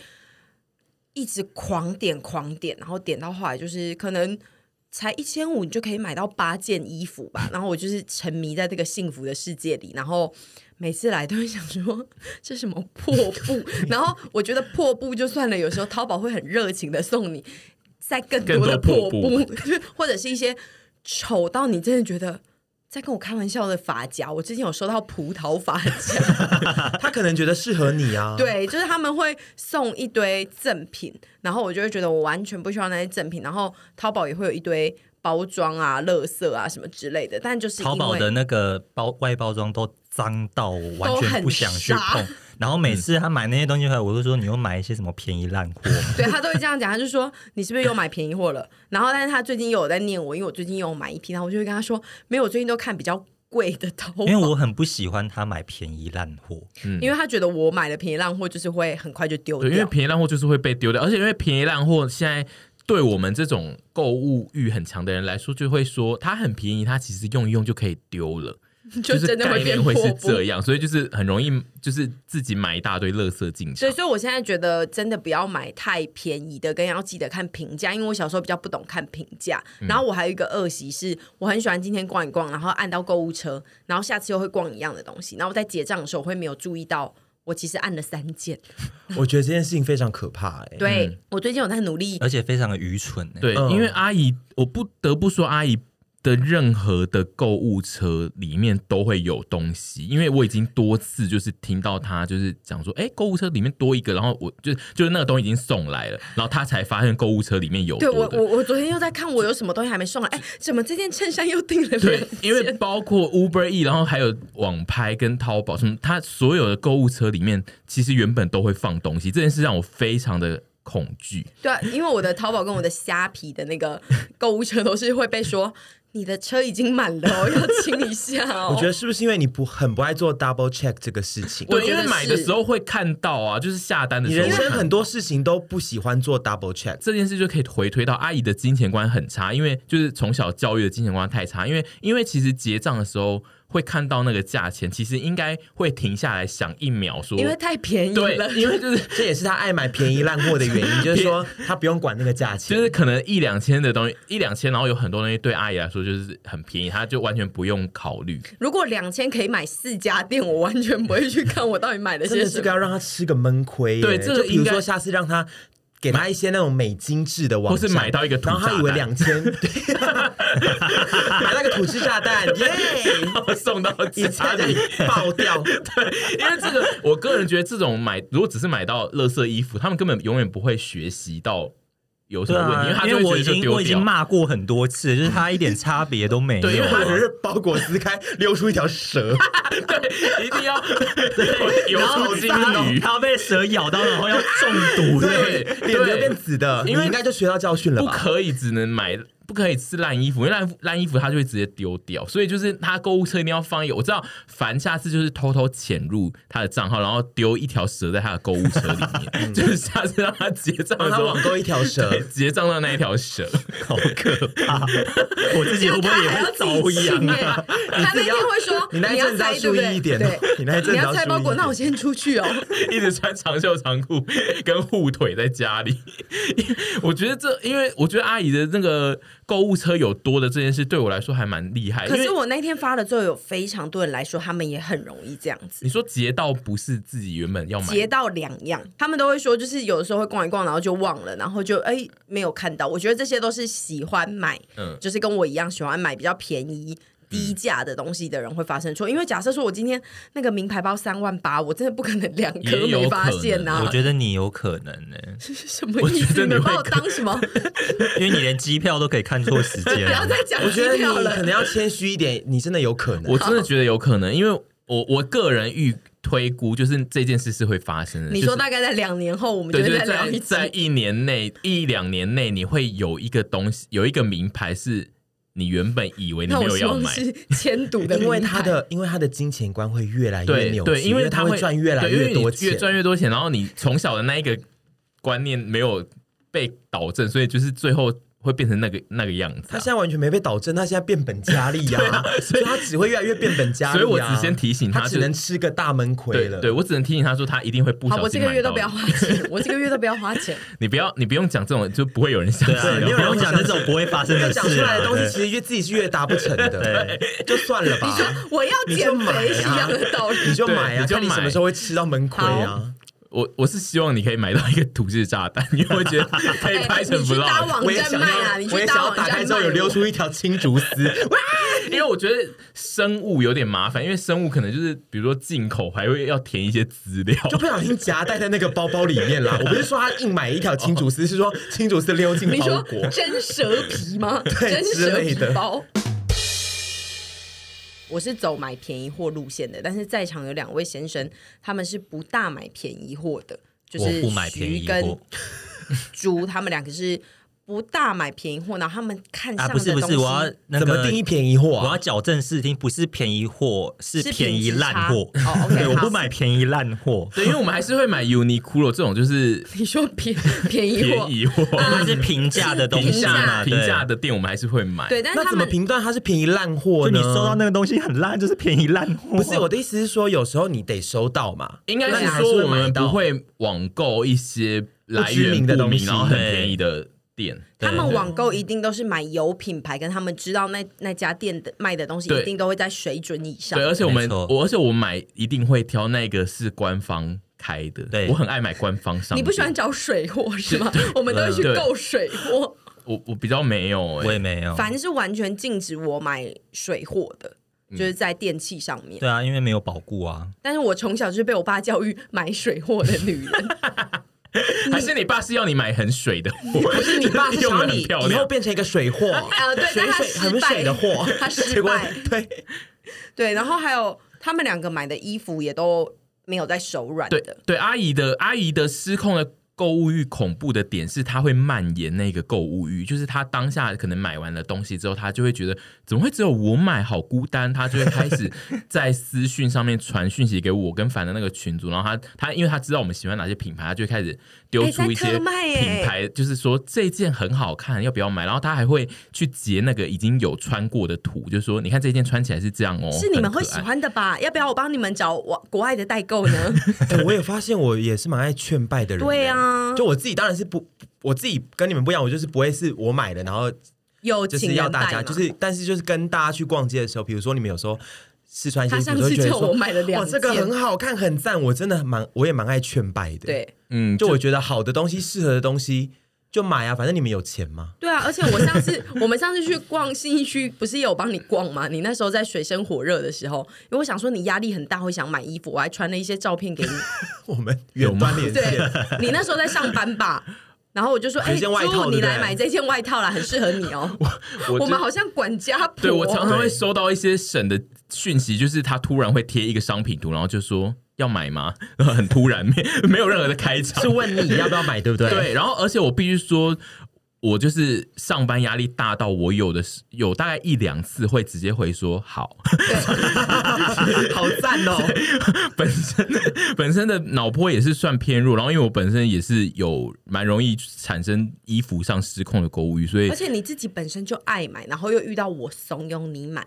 S2: 一直狂点狂点，然后点到后来就是可能。才一千五，你就可以买到八件衣服吧。然后我就是沉迷在这个幸福的世界里，然后每次来都会想说这什么破布。然后我觉得破布就算了，有时候淘宝会很热情的送你再更多的
S3: 更多破
S2: 破布， 或者是一些丑到你真的觉得在跟我开玩笑的发夹。我之前有收到葡萄发夹，
S1: 他可能觉得适合你啊，，
S2: 对，就是他们会送一堆赠品，然后我就会觉得我完全不需要那些赠品，然后淘宝也会有一堆包装啊、垃圾啊什么之类的，但就是因
S5: 淘宝
S2: 为
S5: 的那个包外包装都脏到我完
S2: 都
S5: 全
S2: 很
S5: 不想去
S2: 傻
S5: 碰。然后每次他买那些东西回来，我都说你又买一些什么便宜烂货吗
S2: 对他都会这样讲，他就说你是不是又买便宜货了？然后，但是他最近又有在念我，因为我最近又有买一批，然后我就会跟他说，没有，我最近都看比较贵的淘宝，
S5: 因为我很不喜欢他买便宜烂货。
S2: 因为他觉得我买的便宜烂货就是会很快就丢
S3: 对，因为
S2: 掉。
S3: 便宜烂货就是会被丢掉，而且因为便宜烂货现在。对我们这种购物欲很强的人来说，就会说它很便宜，它其实用一用就可以丢了。就
S2: 就是真的
S3: 概
S2: 会变
S3: 念会是
S2: 破布
S3: 这样，所以就是很容易就是自己买一大堆垃圾进
S2: 所
S3: 场
S2: 以，。所以我现在觉得真的不要买太便宜的，跟要记得看评价，因为我小时候比较不懂看评价。然后我还有一个恶习是，我很喜欢今天逛一逛，然后按到购物车，然后下次又会逛一样的东西。然后我在结账的时候，我会没有注意到。我其实按了三件，
S1: 我觉得这件事情非常可怕哎、
S2: 对、我最近有在努力
S5: 而且非常的愚蠢、欸。，
S3: 对，
S1: 嗯
S3: 因为阿姨，我不得不说，阿姨的任何的购物车里面都会有东西，因为我已经多次就是听到她就是讲说，哎、购物车里面多一个，然后我就就是那个东西已经送来了，然后她才发现购物车里面有
S2: 对
S3: 多
S2: 我，
S3: 的
S2: 我我昨天又在看我有什么东西还没送来，哎，怎么这件衬衫又订了两
S3: 对
S2: 件？，
S3: 因为包括 Uber E，然后还有网拍跟淘宝什么，它所有的购物车里面，其实原本都会放东西，这件事让我非常的恐惧。
S2: 对啊，因为我的淘宝跟我的虾皮的那个购物车都是会被说你的车已经满了哦，要清一下哦。
S1: 我觉得是不是因为你不很不爱做 double check 这个事情？
S2: 我
S3: 对，
S2: 觉
S3: 因
S2: 得
S3: 为买的时候会看到啊，就是下单的
S1: 你
S3: 时候
S1: 人
S3: 会
S1: 生
S3: 看
S1: 很
S3: 到。
S1: 多事情都不喜欢做 double check。
S3: 这件事就可以回推到阿姨的金钱观很差，因为就是从小教育的金钱观太差，因为因为其实结账的时候会看到那个价钱，其实应该会停下来想一秒说，
S2: 因为太便宜
S3: 对
S2: 了，，
S3: 因为 就是
S1: 这也是他爱买便宜烂货的原 因，就是说他不用管那个价钱。
S3: 就是可能一两千的东西，一两千，然后有很多东西对阿姨来说就是很便宜，她就完全不用考虑。
S2: 如果两千可以买四家店，我完全不会去看我到底买了
S1: 真的
S2: 些什
S1: 这个
S2: 么。
S1: 要让他吃个闷亏耶。
S3: 对这个
S1: 就比如
S3: 应该
S1: 说下次让他给他一些那种美金制的网
S3: 或
S1: 站，
S3: 是买到一个土
S1: 然后他以为
S3: 炸弹
S1: 两 千，对买那个土制炸 弹，耶！
S3: 送到
S1: 一
S3: 家
S1: 下
S3: 里，
S1: 就爆掉，
S3: 因为这个，我个人觉得这种买，如果只是买到垃圾衣服，他们根本永远不会学习到有什
S5: 对
S3: 么问
S5: 啊
S3: 题，因为，他
S5: 因
S3: 就
S5: 为我
S3: 会
S5: 已
S3: 觉得就
S5: 经我
S3: 丢
S5: 已经
S3: 掉。
S5: 骂过很多次，就是他一点差别都没有。
S3: 对因为
S1: 他只是包裹撕开，溜出一条蛇，
S3: 对，一定要对有出金鱼。
S5: 他被蛇咬到，然后要中 毒。
S3: 对
S1: 脸就变紫的，
S3: 因为
S1: 你应该就学到教训了
S3: 不
S1: 吧？
S3: 可以只能买，不可以吃烂衣服，因为烂烂衣服它就会直接丢掉。所以就是他购物车一定要放一个，我知道凡下次就是偷偷潜入他的账号，然后丢一条蛇在他的购物车里 面，就是下次让他结账的
S1: 让
S3: 时
S1: 他
S3: 候
S1: 网。购一条蛇，
S3: 对 结账到那一条蛇，
S5: 好可怕！我自己会不会也
S2: 还要
S5: 会
S2: 自
S5: 遭
S2: 己清
S5: 殃
S2: 耶
S5: 啊？
S2: 他那天会说
S1: 你那一
S2: 要
S1: 阵子要
S2: 拆对不
S1: 注
S2: 对？
S1: 意一点哦
S2: 对，
S1: 你 那一阵
S2: 你
S1: 子
S2: 要拆包
S1: 注意
S2: 裹，
S1: 一点
S2: 那我先出去哦。
S3: 一直穿长袖长裤跟护腿在家里。 我觉得这，因为我觉得阿姨的那个购物车有多的这件事，对我来说还蛮厉
S1: 哎
S3: 害。因
S2: 可
S3: 为
S2: 是我那天发了之后，有非常多人来说，他们也很容易这样子。
S3: 你说劫到不是自己原本要买的
S2: 截到两样，他们都会说，就是有的时候会逛一逛，然后就忘了，然后就哎、没有看到。我觉得这些都是喜欢买，
S3: 嗯
S2: 就是跟我一样喜欢买比较便宜。低价的东西的人会发生错，因为假设说我今天那个名牌包三万八，我真的不可能两颗
S3: 也有
S2: 没发现呐、
S5: 我觉得你有可能呢、
S2: 什么意
S3: 我觉
S2: 思？
S3: 得
S2: 你
S3: 你会
S2: 们把我当什么？
S5: 因为你连机票都可以看错时间
S2: 不要
S3: 啊
S5: 了。
S2: 再讲
S1: 我觉得你
S2: 机票
S1: 可能
S2: 了。
S1: 要谦虚一点，你真的有可能。
S3: 我真的觉得有可能，因为我我个人预推估，就是这件事是会发生的。
S2: 你
S3: 就
S2: 说
S3: 是
S2: 大概在两年后，我们就
S3: 对，
S2: 会
S3: 就是
S2: 再聊
S3: 在
S2: 一次。
S3: 在一年内一两年内，你会有一个东西，有一个名牌是你原本以为你
S2: 那
S3: 没
S2: 我
S3: 有
S2: 希
S3: 要
S2: 望
S3: 买。
S2: 是千赌 的名牌，
S1: 因为他的，因为他的金钱观会越来越
S3: 对
S1: 扭曲，
S3: 对，因
S1: 为
S3: 他
S1: 会赚越来
S3: 对因为你
S1: 多钱，
S3: 越赚越多钱，然后你从小的那一个观念没有被导正，所以就是最后会变成那个那个样子
S1: 他
S3: 啊、
S1: 现在完全没被导正，他现在变本加厉 呀、所以他只会越来越变本加厉、啊。
S3: 所以我只先提醒他
S1: 他
S3: 就
S1: 只能吃个大闷亏
S3: 对
S1: 了。
S3: 对，我只能提醒他说，他一定会不
S2: 好，
S3: 小
S2: 我这
S3: 心
S2: 个
S3: 买
S2: 月
S3: 到
S2: 都不要
S3: 的。
S2: 花钱，我这个月都不要花钱。
S3: 你不要，你不用讲这种，就不会有人相
S5: 对
S3: 信
S5: 啊，
S3: 了。
S1: 没
S5: 你
S1: 有
S5: 不
S1: 人
S5: 用讲
S1: 相
S5: 这
S1: 信
S5: 种不会发生
S1: 因
S5: 的
S1: 为
S5: 事啊
S1: 讲出来的东西，
S3: 啊
S5: 对
S1: 其实越自己是越达不成的，就算了吧。
S2: 我要减肥是一样的道理。
S1: 你就
S3: 对
S1: 买啊，
S3: 你就
S1: 看你
S3: 买
S1: 什么时候会吃到闷亏啊？
S3: 我我是希望你可以买到一个土制炸弹，因为我觉得可以拍成
S2: 哎你去搭
S3: vlog，、
S2: 网
S1: 我也
S2: 站
S1: 想
S2: 卖
S1: 要
S2: 啊！你，
S1: 我
S2: 去
S1: 也想
S2: 搭
S1: 要
S2: 网
S1: 打
S2: 站卖
S1: 开
S2: 我。
S1: 之后有溜出一条青竹 丝，哇
S3: 因为我觉得生物有点麻烦，因为生物可能就是比如说进口还会要填一些资料，
S1: 就不小心夹带在那个包包里面啦。我不是说他硬买一条青竹丝，是说青竹丝溜进
S2: 啊你
S1: 包
S2: 说
S1: 裹。
S2: 真蛇皮 吗？真
S1: 之
S2: 蛇
S1: 类
S2: 皮
S1: 的
S2: 包。我是走买便宜货路线的，但是在场有两位先生，他们是不大买便宜货的，就是
S5: 我不买便宜
S2: 徐跟
S5: 货
S2: 猪，他们两个是不大买便宜货，然后他们看上的
S5: 啊，不
S2: 东西，
S5: 是不是，我要那
S1: 怎
S5: 个
S1: 么定义便宜货
S5: 我要
S1: 啊？
S5: 矫正视听，不是便宜货，是
S2: 是
S5: 便宜烂货。
S2: 品质差哦，OK，
S5: 对，我
S2: 好
S5: 不买便宜烂 货，
S3: 对，因为我们还是会买 Uniqlo 这种就是
S2: 你说便 便宜货
S3: 便，宜货、
S2: 啊
S5: 它是平价的东
S3: 平
S5: 西
S3: 价
S5: 嘛，
S3: 平
S5: 对
S3: 价。的店，我们还是会买。
S2: 对，但是
S1: 那
S2: 他
S1: 怎么
S2: 们
S1: 评断它是便宜烂货
S5: 就
S1: 呢？
S5: 你收到那个东西很烂，就是便宜烂货。
S1: 不是我的意思是说，有时候你得收到嘛，
S3: 应该
S1: 那你
S3: 是
S1: 还
S3: 说
S1: 会
S3: 我
S1: 买
S3: 们
S1: 到
S3: 不会网购一些来源
S1: 不知名的
S3: 不
S1: 东
S3: 明
S1: 西
S3: 然后很便宜的店。
S2: 他
S5: 对
S2: 们
S5: 对
S2: 网购一定都是买有品牌，跟他们知道那那家店的卖的东西
S3: 对
S2: 一定都会在水准以上
S3: 对，。而且我们
S5: 没错
S3: 我而且我买一定会挑那个是官方开的，
S5: 对
S3: 我很爱买官方商品。
S2: 你不喜欢找水货是吗？我们都会去
S3: 对
S2: 购水货，
S3: 我我比较没有哎、
S5: 我也没有。
S2: 反正是完全禁止我买水货的，就是在电器上面。
S5: 对啊，因为没有保固啊。
S2: 但是我从小就是被我爸教育买水货的女人，
S3: 还是你爸是要你买很水的货？不
S1: 是你爸是想
S3: 用
S1: 要你
S3: 的很漂
S1: 以后
S3: 亮。
S1: 变成一个水货，
S2: 呃对
S1: 水
S2: 但他
S1: 水
S2: 失败
S1: 很水的货，
S2: 他失败
S1: 结果对，
S2: 对，然后还有他们两个买的衣服也都没有在手软
S3: 对
S2: 的，
S3: 对，阿姨的阿姨的失控的购物欲恐怖的点是，她会蔓延那个购物欲，就是她当下可能买完了东西之后，她就会觉得怎么会只有我买，好孤单，她就会开始 在私讯上面传讯息给我跟凡的那个群组，然后她她因为她知道我们喜欢哪些品牌，她就会开始丢
S2: 哎在
S3: 出一些
S2: 特卖耶
S3: 品牌，就是说这件很好看，要不要买？然后她还会去截那个已经有穿过的图，就是说你看这件穿起来是这样哦，
S2: 是你们
S3: 很可
S2: 会喜
S3: 爱
S2: 欢的吧？要不要我帮你们找我国外的代购呢？
S1: 哎我也发现我也是蛮爱劝败的人，
S2: 对啊，
S1: 就我自己当然是不，我自己跟你们不一样，我就是不会是我买的，然后
S2: 有
S1: 就
S2: 情
S1: 是
S2: 人
S1: 要大
S2: 带
S1: 家，
S2: 嘛
S1: 就是但是就是跟大家去逛街的时候，比如说你们有时候试穿一些
S2: 他
S1: 衣服，
S2: 上
S1: 都会
S2: 次
S1: 觉得
S2: 就
S1: 说
S2: 我买了两
S1: 哇，
S2: 件，
S1: 这个很好看，很赞，我真的蛮我也蛮爱劝败的，，
S2: 对
S3: 嗯，
S1: 就我觉得好的东西、适合的东西就买啊，反正你们有钱 嘛。
S2: 对啊！而且我上次我们上次去逛信义区，不是也有帮你逛吗？你那时候在水深火热的时候，因为我想说你压力很大，会想买衣服，我还传了一些照片给你。
S1: 我们
S3: 有
S1: 远端
S3: 吗
S1: 连
S2: 对
S1: 线，
S2: 你那时候在上班吧？然后我就说：“
S1: 有
S2: 哎、
S1: 一件外套对
S2: 猪，你
S1: 不对
S2: 来买这件外套啦，很适合你 哦。
S3: 我
S2: 我
S3: 就
S2: 们好像管家婆。哦
S3: 对我常常会收到一些省的讯息，就是他突然会贴一个商品图，然后就说要买吗？ 然后很突然，没没有任何的开场
S1: 是。问你要不要买，对不对？
S3: 对，然后而且我必须说，我就是上班压力大到我有的是有大概一两次会直接回说好，
S1: 好赞哦！
S3: 本身本身的脑波也是算偏弱，然后因为我本身也是有蛮容易产生衣服上失控的购物欲，所以
S2: 而且你自己本身就爱买，然后又遇到我怂恿你买，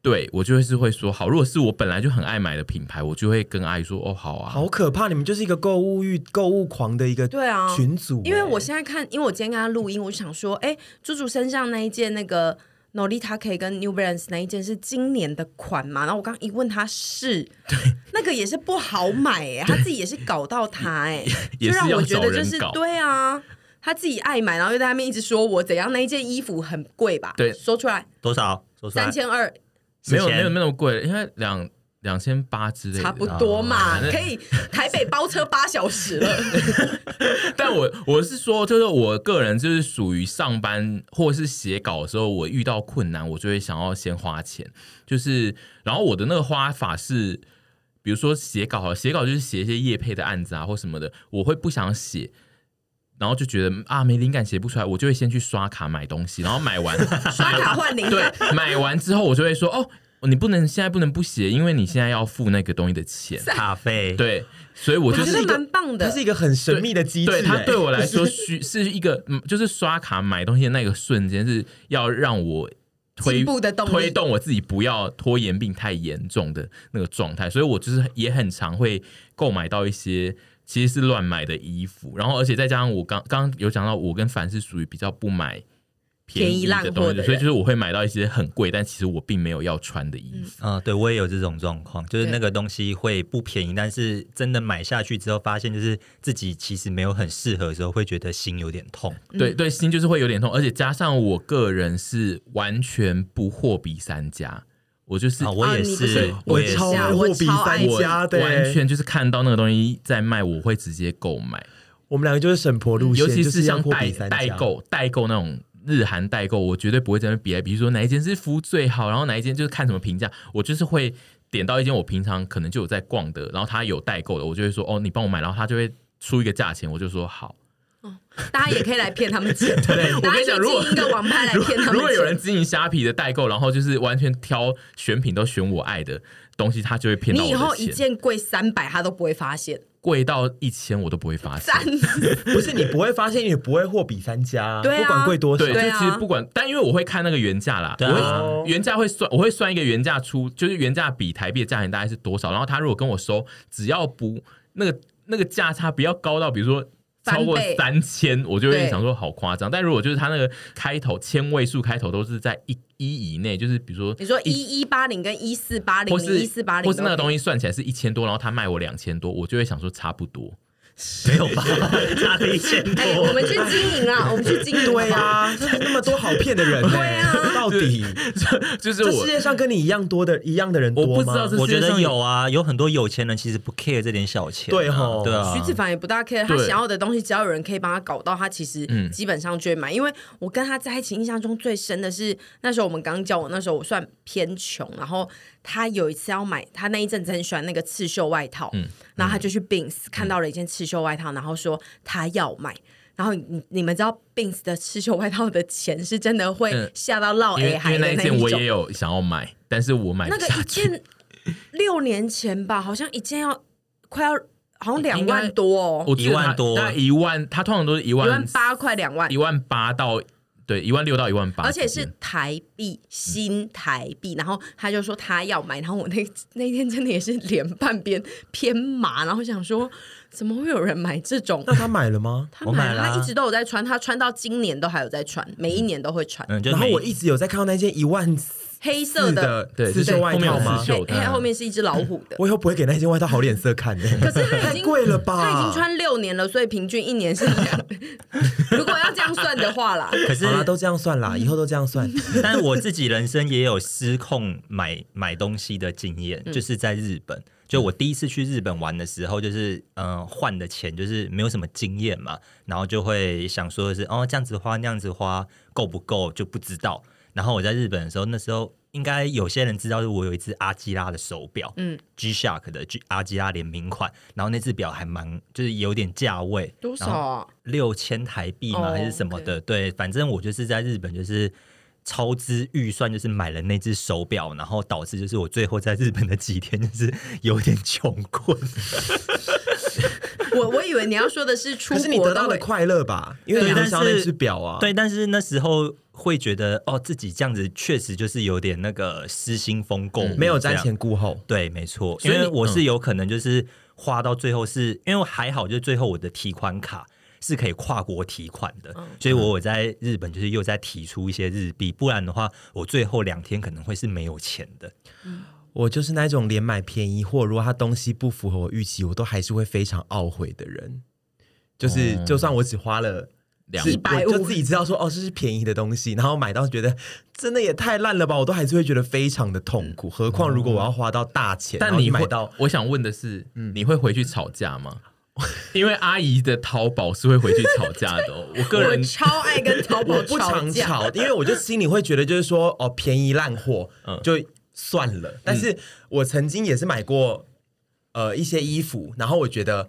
S3: 对我就会是会说好。如果是我本来就很爱买的品牌，我就会跟阿姨说哦好啊，
S1: 好可怕！你们就是一个购物欲、购物狂的一个
S2: 对啊
S1: 群组欸、
S2: 因为我现在看，因为我今天跟他录音，我就想说，哎、猪猪身上那一件那个 Nolita K 跟 New Balance 那一件是今年的款嘛？然后我刚一问他是，那个也是不好买哎、他自己也是搞到他哎、
S3: 也
S2: 就是让我
S3: 要
S2: 觉
S3: 找
S2: 得就
S3: 人
S2: 是
S3: 搞
S2: 对啊，他自己爱买，然后又在那边一直说我怎样那一件衣服很贵吧？
S3: 对
S2: 说出来
S5: 多少？说出来
S2: 三。 千二
S3: 没有
S5: 之前
S3: 没有没有那么贵，应该两两千八之类的。
S2: 差不多嘛，
S3: 正
S2: 可以台北包车八小时了。
S3: 但我我是说，就是我个人就是属于上班或是写稿的时候，我遇到困难，我就会想要先花钱。就是，然后我的那个花法是，比如说写稿好了，写稿就是写一些业配的案子啊或什么的，我会不想写。然后就觉得啊没灵感写不出来，我就会先去刷卡买东西，然后买完
S2: 刷卡换零 啊
S3: 对
S2: 感，
S3: 买完之后我就会说哦，你不能现在不能不写，因为你现在要付那个东西的钱。
S5: 咖啡，
S3: 对，所以
S2: 我
S3: 我就
S2: 觉
S3: 是
S2: 得
S3: 一个
S2: 蛮棒的
S1: 它。是一个很神秘的机制、欸，
S3: 对它对我来 说需是一个，嗯就是刷卡买东西的那个瞬间，是要让我推
S2: 进步的动力
S3: 推动我自己不要拖延病太严重的那个状态，所以我就是也很常会购买到一些。其实是乱买的衣服，然后而且再加上我刚刚刚有讲到，我跟凡是属于比较不买
S2: 便宜
S3: 宜
S2: 烂
S3: 的
S2: 货
S3: 东
S2: 的
S3: 西，
S2: 人
S3: 所以就是我会买到一些很贵，但其实我并没有要穿的衣服。
S5: 嗯，对我也有这种状况，就是
S2: 对
S5: 那个东西会不便宜，但是真的买下去之后，发现就是自己其实没有很适合的时候，会觉得心有点痛。
S2: 嗯
S3: 对对，心就是会有点痛，而且加上我个人是完全不货比三家，我就是
S5: 啊，我也
S2: 你不是
S5: 是，
S1: 我
S5: 也
S1: 超
S5: 是，
S1: 爱货比三家的、欸，
S3: 完全就是看到那个东西在卖，我会直接购买，
S1: 我们两个就是沈婆路线，
S3: 嗯尤其
S1: 就是是要
S3: 像
S1: 货
S3: 代
S1: 比三家
S3: 代。购代购那种。日韩代购，我绝对不会在那边比来比去，说哪一间是服务最好，然后哪一间就是看什么评价，我就是会点到一间我平常可能就有在逛的，然后他有代购的，我就会说哦，你帮我买，然后他就会出一个价钱，我就说好，
S2: 大家也可以来骗他们钱。对
S3: 我
S2: 大
S3: 跟
S2: 家
S3: 你讲，
S2: 去
S3: 如果
S2: 进一个网拍来
S3: 如
S2: 骗他们
S3: 如果 有
S2: 钱
S3: 人经营虾皮的代购，然后就是完全挑选品都选我爱的东西，他就会骗到
S2: 你以后
S3: 我的
S2: 一
S3: 钱，
S2: 件贵三百，他都不会发现。
S3: 贵到一千我都不会发现。
S2: 三，
S1: 不是你不会发现，你不会货比三家、
S2: 对啊
S1: 不管贵多少。
S3: 对，
S2: 对
S3: 就
S2: 啊
S3: 其实不管，但因为我会看那个原价啦，
S5: 对啊
S3: 我会原价会算，我会算一个原价出，就是原价比台币的价钱大概是多少，然后他如果跟我收，只要不那个那个价差不要高到，比如说。超过
S2: 翻倍
S3: 三千，我就会
S2: 对
S3: 想说好夸张。但如果就是他那个开头千位数开头都是在一一以内，就是比如说
S2: 你说一一八零跟一四八零，
S3: 或是
S2: 一四八零，
S3: 或是那个东
S2: 西，
S3: 西算起来是一千多，然后他卖我两千多，我就会想说差不多。
S5: 没有吧？差了一千
S2: 哎、我
S5: 多，
S2: 们去经营啊，我们去经营。
S1: 对啊，就是那么多好骗的人、呢，欸
S2: 对啊
S1: 到底
S3: 就是
S1: 这
S3: 我
S1: 世界上跟你一样多的一样的人多吗？
S3: 我不知道这
S5: 我觉
S3: 世界
S5: 得
S3: 上有
S5: 有啊，有很多有钱人其实不 care 这点小钱啊、
S1: 对吼
S5: 对啊
S2: 徐，子凡也不大 care，他
S3: 对
S2: 想要的东西，只要有人可以帮他搞到，他其实
S3: 嗯
S2: 基本上就会买。因为我跟他在一起，印象中最深的是那时候我们刚交往，那时候我算偏穷，然后他有一次要买，他那一阵子很喜欢那个刺绣外套，
S3: 嗯
S2: 然后他就去 Bings 看到了一件刺绣外套，然后说他要买。然后你你们知道 Bings 的刺绣外套的钱是真的会
S3: 嗯
S2: 吓到落
S3: 因为
S2: A
S3: 因
S2: 海
S3: 为
S2: 的
S3: 那一
S2: 那
S3: 件我
S2: 哎一种
S3: 也，有想要买，但是我买
S2: 那
S3: 不
S2: 个
S3: 下
S2: 一
S3: 去。
S2: 件六年前吧，好像一件要快要好像两
S3: 应该
S2: 万多哦，
S3: 我记得它
S5: 一万多
S3: 大概一万，它通常都是一
S2: 一万
S3: 万
S2: 八块两万
S3: 一，万八到对一万六到一万八
S2: 而
S3: 之间，
S2: 且是台币新台币。然后他就说他要买，然后我那那天真的也是脸半边偏麻，然后想说怎么会有人买这种？
S1: 那他买了吗？
S2: 他
S5: 我
S2: 买
S5: 买
S2: 了，
S5: 啦
S2: 他一直都有在穿，他穿到今年都还有在穿，每一年都会穿、
S5: 嗯，就
S1: 然后
S5: 每
S1: 我一直有在看到那件一万四
S2: 黑色的。
S1: 的嗯
S3: 对
S1: 刺
S3: 就是
S1: 绣外
S3: 后面有
S1: 套
S3: 刺
S1: 吗
S3: 绣？
S2: 黑
S3: 的
S2: 黑后面是一只老虎的，
S1: 我以后不会给那件外套好脸色看的、
S2: 可是他 已
S1: 太
S2: 经
S1: 贵了吧？
S2: 他已经穿六年了，所以平均一年是两。如果要这样算的话啦，
S5: 可是
S1: 好啦，都这样算
S2: 嗯
S1: 啦，以后都这样算。
S5: 但我自己人生也有失控买买东西的经验，
S2: 嗯
S5: 就是在日本。就我第一次去日本玩的时候，就是嗯换、的钱就是没有什么经验嘛，然后就会想说的是哦这样子花那样子花够不够就不知道。然后我在日本的时候，那时候应该有些人知道，我有一只阿基拉的手表，
S2: 嗯
S5: 嗯，G Shock 的 G 阿基拉联名款，然后那只表还蛮就是有点价位，
S2: 多少
S5: 然后
S2: 啊？
S5: 六千台币
S2: 哦
S5: 嘛，还是什么的。对，反正我就是在日本就是超支预算，就是买了那只手表，然后导致就是我最后在日本的几天就是有点穷困。
S2: 我我以为你要说的是出
S1: 可
S2: 国
S1: 是你得
S2: 都
S1: 到
S2: 会
S1: 了快乐吧？因为你
S5: 对
S1: 很
S5: 但
S1: 想要那
S5: 是
S1: 只表啊。
S5: 对，但是那时候会觉得哦，自己这样子确实就是有点那个失心疯购物这样，
S1: 嗯没有瞻前顾后。
S5: 对，没错，因
S3: 以
S5: 为
S3: 你嗯
S5: 我是有可能就是花到最后是，因为我还好，就是最后我的提款卡是可以跨国提款的，
S3: 嗯
S5: 所以我有在日本就是又在提出一些日币，不然的话，我最后两天可能会是没有钱的。
S1: 我就是那种连买便宜货，如果它东西不符合我预期，我都还是会非常懊悔的人。就是，就算我只花了。
S3: 哦两
S1: 是
S2: 150
S1: 我就自己知道说哦，这是便宜的东西，然后买到觉得真的也太烂了吧，我都还是会觉得非常的痛苦。何况如果我要花到大钱，然
S3: 哦但
S1: 后
S3: 你
S1: 去买
S3: 会
S1: 到，
S3: 我想问的是，你会回去吵架吗？ 因为阿姨的淘宝是会回去吵架的、哦，我个
S2: 我
S3: 人
S2: 超爱跟淘 宝
S1: 我不
S2: 吵
S1: 常
S2: 架，
S1: 吵，因为我就心里会觉得就是说哦，便宜烂货
S5: 嗯
S1: 就算了。但是我曾经也是买过呃一些衣服，然后我觉得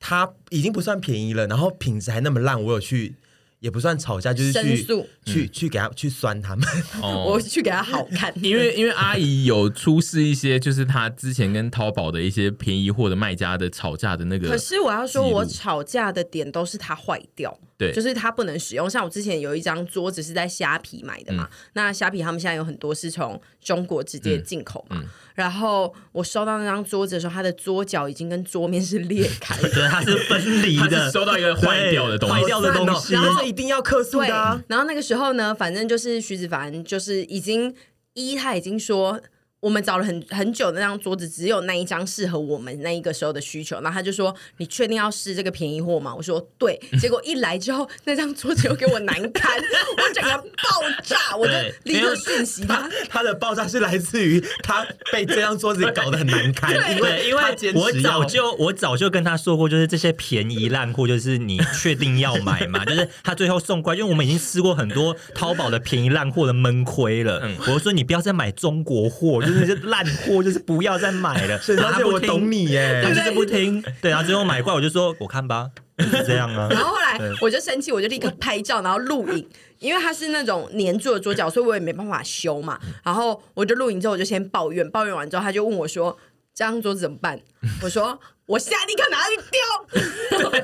S1: 它已经不算便宜了，然后品质还那么烂，我有去。也不算吵架，就是去
S2: 申诉
S5: 嗯
S1: 去去给他去酸他们。
S2: 我去给他好看，
S3: 因为因为阿姨有出示一些，就是她之前跟淘宝的一些便宜货的卖家的吵架的那个，
S2: 可是我要说，
S3: 记录
S2: 我吵架的点都是它坏掉，
S3: 对
S2: 就是它不能使用。像我之前有一张桌子是在虾皮买的
S3: 嗯
S2: 嘛，那虾皮他们现在有很多是从中国直接进口
S3: 嗯
S2: 嘛。然后我收到那张桌子的时候，它的桌角已经跟桌面是裂开的。
S5: 对，它是分离
S3: 她
S5: 的
S3: 是，收到一个坏掉的东
S5: 对
S3: 西
S5: 坏，掉的 东西
S1: 然后一定要克诉
S2: 对
S1: 的、啊。，
S2: 然后那个时候呢，反正就是徐子凡，就是已经一他已经说。我们找了很很久的那张桌子，只有那一张适合我们那一个时候的需求。然后他就说：“你确定要试这个便宜货吗？”我说：“ 对。”结果一来之后，那张桌子又给我难堪，我整个爆炸，我就
S5: 对
S2: 立刻讯息他
S1: 他。他的爆炸是来自于他被这张桌子搞得很难看，因为
S5: 对，因为
S1: 他坚
S5: 我
S1: 持要
S5: 早就我早就跟他说过，就是这些便宜烂货，就是你确定要买吗？ 就是他最后送过来，因为我们已经吃过很多淘宝的便宜烂货的闷亏了。
S1: 嗯
S5: 我就说你不要再买中国货，就是那些烂货，就是不要再买了。
S1: 沈小
S5: 然后
S1: 姐，
S5: 他不
S1: 我
S5: 听
S1: 懂，你耶
S5: 他。就是不听。对，然后最后买过来，我就说我看吧，就是这样啊。
S2: 然后后来
S5: 对
S2: 我就生气，我就立刻拍照，然后录影，因为它是那种粘住的桌角，所以我也没办法修嘛。然后我就录影之后，我就先抱怨，抱怨完之后，他就问我说：“这张桌子怎么办？”我说：“我现在立刻拿去丢。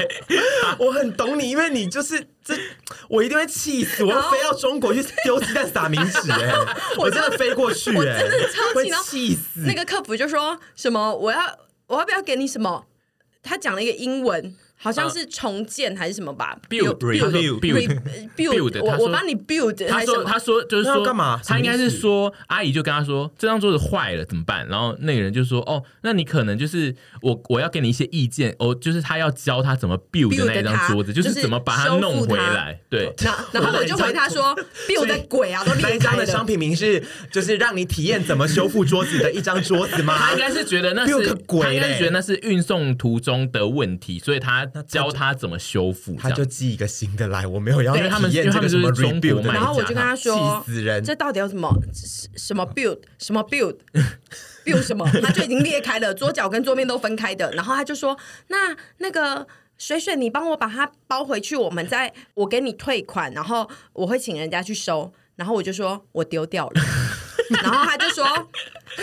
S1: 我很懂你，因为你就是这，我一定会气死，我要飞到中国去丢鸡蛋撒名 纸，哎，我真的飞过去，
S2: 我
S1: 哎
S2: 真的超，
S1: 会
S2: 气到
S1: 气”死。
S2: 那个客服就说什么：“我要我要不要给你什么？”他讲了一个英文，好像是重建还是什么吧
S3: build，他说
S5: build-
S3: build。
S2: build，
S3: build，
S2: 我
S3: 他说
S2: 我帮你 build 还是
S3: 他
S2: 什
S3: 说：“
S2: 么？
S3: 他说就是
S1: 那
S3: 说
S1: 要干嘛什
S3: 他
S1: 么
S3: 应该
S1: 意
S3: 是
S1: 思
S3: 说，阿姨就跟他说这张桌子坏了怎么办？然后那个人就说：哦，那你可能就是哦我我要给你一些意见哦，就是他要教他怎么 build 的
S2: build
S3: 那一张
S2: 它
S3: 桌子，就
S2: 就是是
S3: 怎么把它
S2: 修复
S3: 弄回
S2: 它
S3: 来。对，
S2: 然后然后我就回他说：“build 的鬼啊，都
S1: 那
S2: 裂
S1: 一
S2: 开
S1: 张的。”
S2: 了
S1: 商品名是，就是让你体验怎么修复桌子的一张桌子吗？
S3: 他应该是觉得那
S1: build
S3: 是
S1: 个鬼
S3: 他应该是
S1: 嘞
S3: 觉得那是运送途中的问题，所以他教他怎么修复。这
S1: 他
S3: 样
S1: 就寄一个新的来，我没有要
S3: 对他们
S1: 体验这个什么
S3: 因为他们就是
S1: rebuild，
S3: 中国买
S2: 然后我
S3: 家
S2: 就跟
S3: 哈
S2: 他说：“
S1: 气死人
S2: 这到底有什么什什么 build 什么 build build 什么？”他就已经裂开了，桌角跟桌面都分开的。然后他就说：“那那个水水，你帮我把它包回去，我们再我给你退款，然后我会请人家去收。”然后我就说：“我丢掉了。”然后他就说：“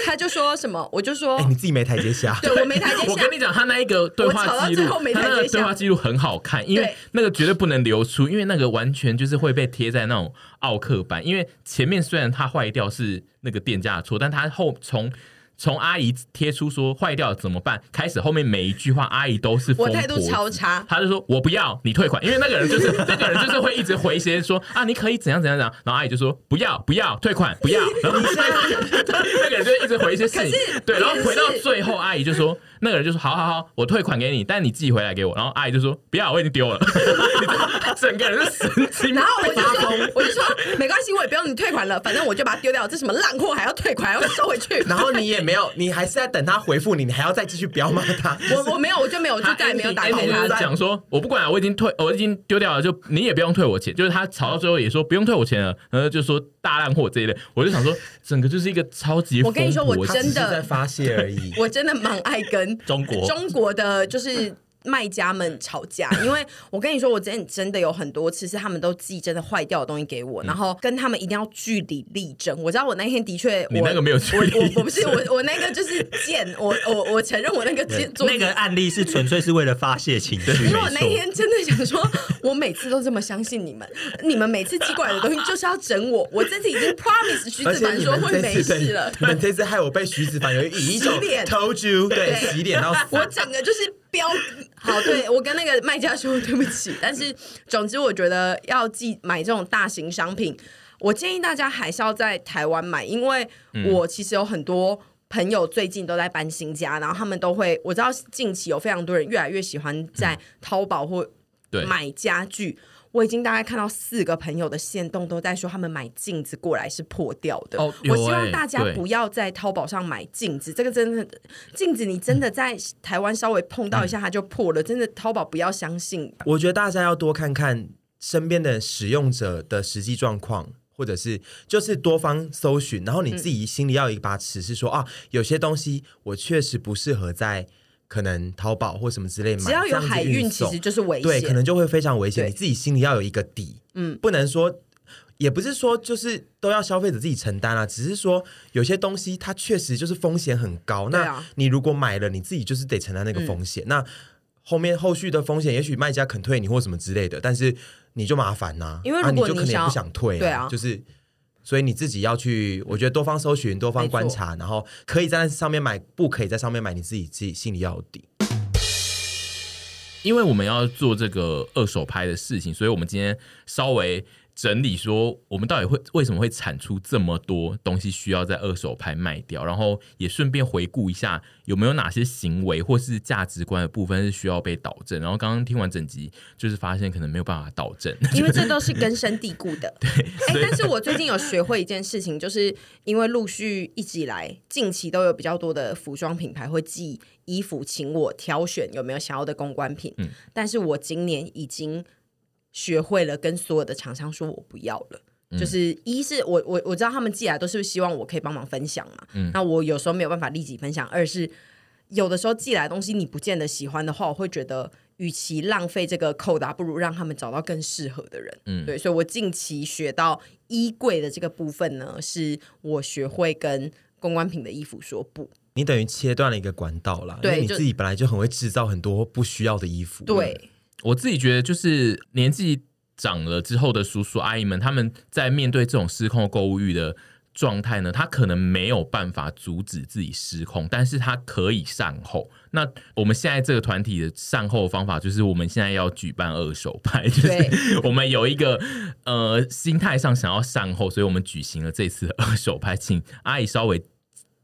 S2: 他就说什么？”我就说
S1: 哎，你自己没台阶下。？
S2: 对我没台阶下
S3: 我跟你讲，他那一个对
S2: 我吵
S3: 话
S2: 到
S3: 记录
S2: 最后没，
S3: 他
S2: 台阶下
S3: 那个对话记录很好看，因为
S2: 对
S3: 那个绝对不能流出，因为那个完全就是会被贴在那种奥克版。因为前面虽然它坏掉是那个店家的错，但他后从从阿姨贴出说坏掉了怎么办开始，后面每一句话阿姨都是
S2: 我
S3: 疯
S2: 态度
S3: 婆子
S2: 超差
S3: 他就说我不要你退款，因为那个人就是 那个人就是会一直回些说啊你可以怎样怎样怎样，然后阿姨就说不要不要退 款不要，然后 那个人就一直回一些事情，对，然后回到最后阿姨就说那个人就说好好好，我退款给你，但你寄回来给我，然后阿姨就说不要我已经丢了， 你知道整个人是神经
S2: 然后我就
S3: 发疯
S2: 说，我就说没关系，我也不用你退款了，反正我就把它丢掉。这什么烂货还要退款，还要收回 去
S1: 然后你也没有，你还是在等他回复你，你还要再继续彪骂他。
S2: 我我没有，我就没有，我就再也没有打
S3: 他
S2: 给
S3: ending- ending
S2: 他
S3: 就是
S2: 了。
S3: 讲说，哎我不管啊了，我已经退，我已经丢掉了，就你也不用退我钱。就是他吵到最后也说不用退我钱了，然后就说大烂货这一类。我就想说，整个就是一个超级
S2: 我跟你说
S3: 疯
S2: 我
S3: 婆
S1: 他
S3: 子
S1: 只是
S2: 真的
S1: 在发泄而已。
S2: 我真的蛮爱跟
S5: 中国
S2: 中国的就是。卖家们吵架，因为我跟你说，我之前真的有很多次是他们都寄真的坏掉的东西给我，然后跟他们一定要据理力争。我知道我那天的确，
S3: 你
S2: 我
S3: 那个没有据理
S2: 我我我不是我我那个就是贱，我我我承认我那个贱，做
S5: 那个案例是纯粹是为了发泄情绪，
S2: 因
S5: 没
S2: 为我那
S5: 错。
S2: 天真的想说，我每次都这么相信你们，你们每次寄过来的东西就是要整我。我这次已经 promise 徐
S1: 而
S2: 子
S1: 且
S2: 凡
S1: 你
S2: 说
S1: 们
S2: 会
S1: 这
S2: 没
S1: 次
S2: 事了，
S1: 你们这次害我被徐子凡有以一种
S2: 洗脸
S1: told you 对
S2: 对
S1: 洗脸到死。
S2: 我整个就是标好。对我跟那个卖家说对不起，但是总之我觉得要寄买这种大型商品，我建议大家还是要在台湾买，因为
S1: 嗯
S2: 我其实有很多。朋友最近都在搬新家，然后他们都会，我知道近期有非常多人越来越喜欢
S1: 嗯
S2: 在淘宝或
S3: 对
S2: 买家具。我已经大概看到四个朋友的线动都在说，他们买镜子过来是破掉的。
S3: 哦有
S2: 我希望
S3: 欸
S2: 大家
S3: 对
S2: 不要在淘宝上买镜子，这个真的镜子，你真的在台湾稍微碰到一下它就破了，真的淘宝不要相信。
S1: 我觉得大家要多看看身边的使用者的实际状况。或者是就是多方搜寻，然后
S2: 嗯
S1: 你自己心里要有一把尺，是说、啊，有些东西我确实不适合在可能淘宝或什么之类买，
S2: 只要
S1: 这
S2: 有
S1: 样子
S2: 海运，
S1: 运
S2: 其
S1: 送
S2: 实就是危
S1: 对，可
S2: 险。
S1: 能就会非常危险。
S2: 对
S1: 你自己心里要有一个底，
S2: 嗯
S1: 嗯，不能说，也不是说就是都要消费者自己承担啊，只是说有些东西它确实就是风险很高。
S2: 对啊嗯
S1: 那你如果买了，你自己就是得承担那个风险。那后面后续的风险，也许卖家肯退你或什么之类的，但是你就麻烦啦、啊，
S2: 因为如果
S1: 你就可
S2: 你
S1: 能也
S2: 想要
S1: 不想退、
S2: 对啊
S1: 就是。所以你自己要去，我觉得多方搜寻、多方
S2: 没错
S1: 观察，然后可以在那上面买，不可以在上面买，你自己自己心里要有底。
S3: 因为我们要做这个二手拍的事情，所以我们今天稍微整理说，我们到底会为什么会产出这么多东西需要在二手拍卖掉，然后也顺便回顾一下有没有哪些行为或是价值观的部分是需要被导正。然后刚刚听完整集，就是发现可能没有办法导正，
S2: 因为这都是根深蒂固的。哎、但是我最近有学会一件事情，就是因为陆续一直以来，近期都有比较多的服装品牌会寄衣服请我挑选有没有想要的公关品，
S3: 嗯
S2: 但是我今年已经学会了跟所有的厂商说我不要了。就是一是我我我知道他们寄来都是希望我可以帮忙分享嘛，那我有时候没有办法立即分享；二是有的时候寄来的东西你不见得喜欢的话，我会觉得与其浪费这个扣打，不如让他们找到更适合的人。
S3: 嗯
S2: 对，所以我近期学到衣柜的这个部分呢，是我学会跟公关品的衣服说不。
S1: 你等于切断了一个管道啦，因
S2: 对
S1: 为你
S2: 就
S1: 自己本来就很会制造很多不需要的衣服。
S2: 对，
S3: 我自己觉得就是年纪长了之后的叔叔阿姨们，他们在面对这种失控购物欲的状态呢，他可能没有办法阻止自己失控，但是他可以善后。那我们现在这个团体的善后方法，就是我们现在要举办二手拍， 就是
S2: 对
S3: 我们有一个呃心态上想要善后，所以我们举行了这次的二手拍，请阿姨稍微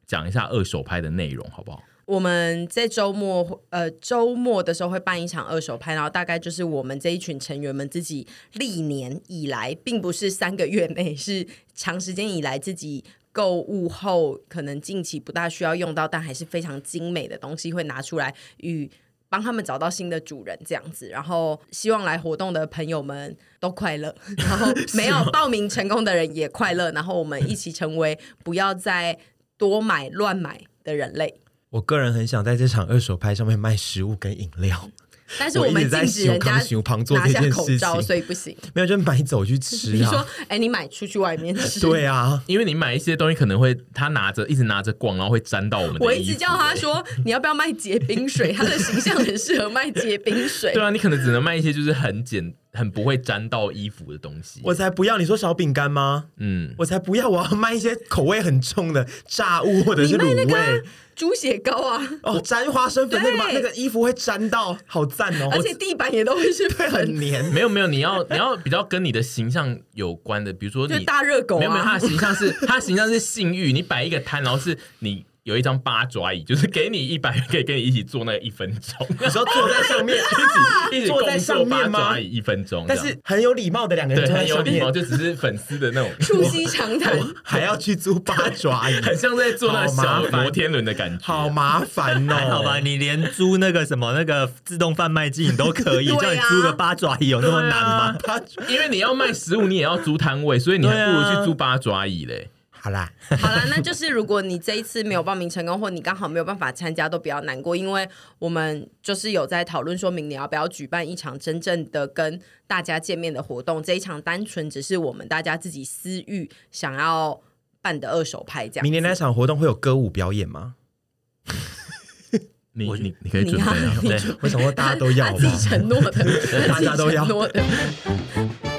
S3: 讲一下二手拍的内容好不好？
S2: 我们在周末呃周末的时候会办一场二手拍，然后大概就是我们这一群成员们自己历年以来，并不是三个月内，是长时间以来自己。购物后，可能近期不大需要用到，但还是非常精美的东西，会拿出来与帮他们找到新的主人这样子。然后希望来活动的朋友们都快乐，然后没有报名成功的人也快乐，然后我们一起成为不要再多买乱买的人类。
S1: 我个人很想在这场二手拍上面卖食物跟饮料，
S2: 但是
S1: 我
S2: 我
S1: 一直
S2: 们
S1: 在
S2: 禁止人家
S1: 想想旁做
S2: 拿
S1: 这
S2: 下
S1: 件
S2: 口
S1: 事
S2: 罩，
S1: 情
S2: 所以不行。
S1: 没有就买走去吃
S2: 你说
S1: 啊。，
S2: 哎、你买出去外面吃？
S1: 对啊，
S3: 因为你买一些东西可能会，他拿着一直拿着逛，然后会沾到我们的衣服。
S2: 我一直叫他说，你要不要卖结 冰水？他的形象很适合卖结冰水。
S3: 对啊，你可能只能卖一些就是很简、很不会沾到衣服的东西。
S1: 我才不要！你说小饼干吗？
S3: 嗯，
S1: 我才不要！我要卖一些口味很重的炸物或者是
S2: 你卖那
S1: 卤
S2: 个啊
S1: 味
S2: 猪血糕啊，
S1: 哦，沾花生粉那个吗？
S2: 对
S1: 那个衣服会沾到，好赞哦！
S2: 而且地板也都会是
S1: 会很
S2: 粉，
S1: 黏，
S3: 没有没有，你要 你要比较跟你的形象有关的，比如说
S2: 就
S3: 你
S2: 大热狗
S3: 没有没有，他
S2: 啊
S3: 的。形象是他的形象是性欲，你摆一个摊，然后是你有一张八爪椅，就是给你一百 元，可以跟你一起坐那个一分 钟，
S1: 你说坐在上面，
S3: 一起
S1: 坐
S3: 共
S1: 在上
S3: 坐八
S1: 面吗
S3: 爪椅一分钟，
S1: 但
S3: 这样
S1: 是很有礼貌的两个人
S3: 对
S1: 坐在
S3: 很有
S1: 上
S3: 礼貌，
S1: 面，
S3: 就只是粉丝的那种。
S2: 促膝长谈，
S1: 还要去租八爪鱼，
S3: 很像在做那个
S1: 好麻
S3: 小
S1: 烦
S3: 摩天轮的感觉，
S1: 好麻烦
S5: 还好吧，
S1: 哦。
S5: 你连租那个什么那个自动贩卖机你都可以，
S2: 对啊
S5: 叫你租个八爪鱼有那么难吗？
S1: 八爪
S3: 啊因为你要卖食物，你也要租摊位，所以你还不如
S5: 对啊
S3: 去租八爪椅嘞。
S1: 好啦，
S2: 好啦，那就是如果你这一次没有报名成功，或你刚好没有办法参加，都不要难过，因为我们就是有在讨论说明年要不要举办一场真正的跟大家见面的活动。这一场单纯只是我们大家自己私欲想要办的二手拍，这样。
S1: 明年那场活动会有歌舞表演吗？
S3: 你
S5: 我
S3: 你你可以
S2: 你
S3: 准备
S2: 要
S3: 啊，
S5: 对，
S1: 我想说大家都要
S2: 他
S1: 好
S2: 自
S1: 不
S2: 己
S1: 好？
S2: 承诺的，
S1: 大家都要
S2: 他自己承诺的。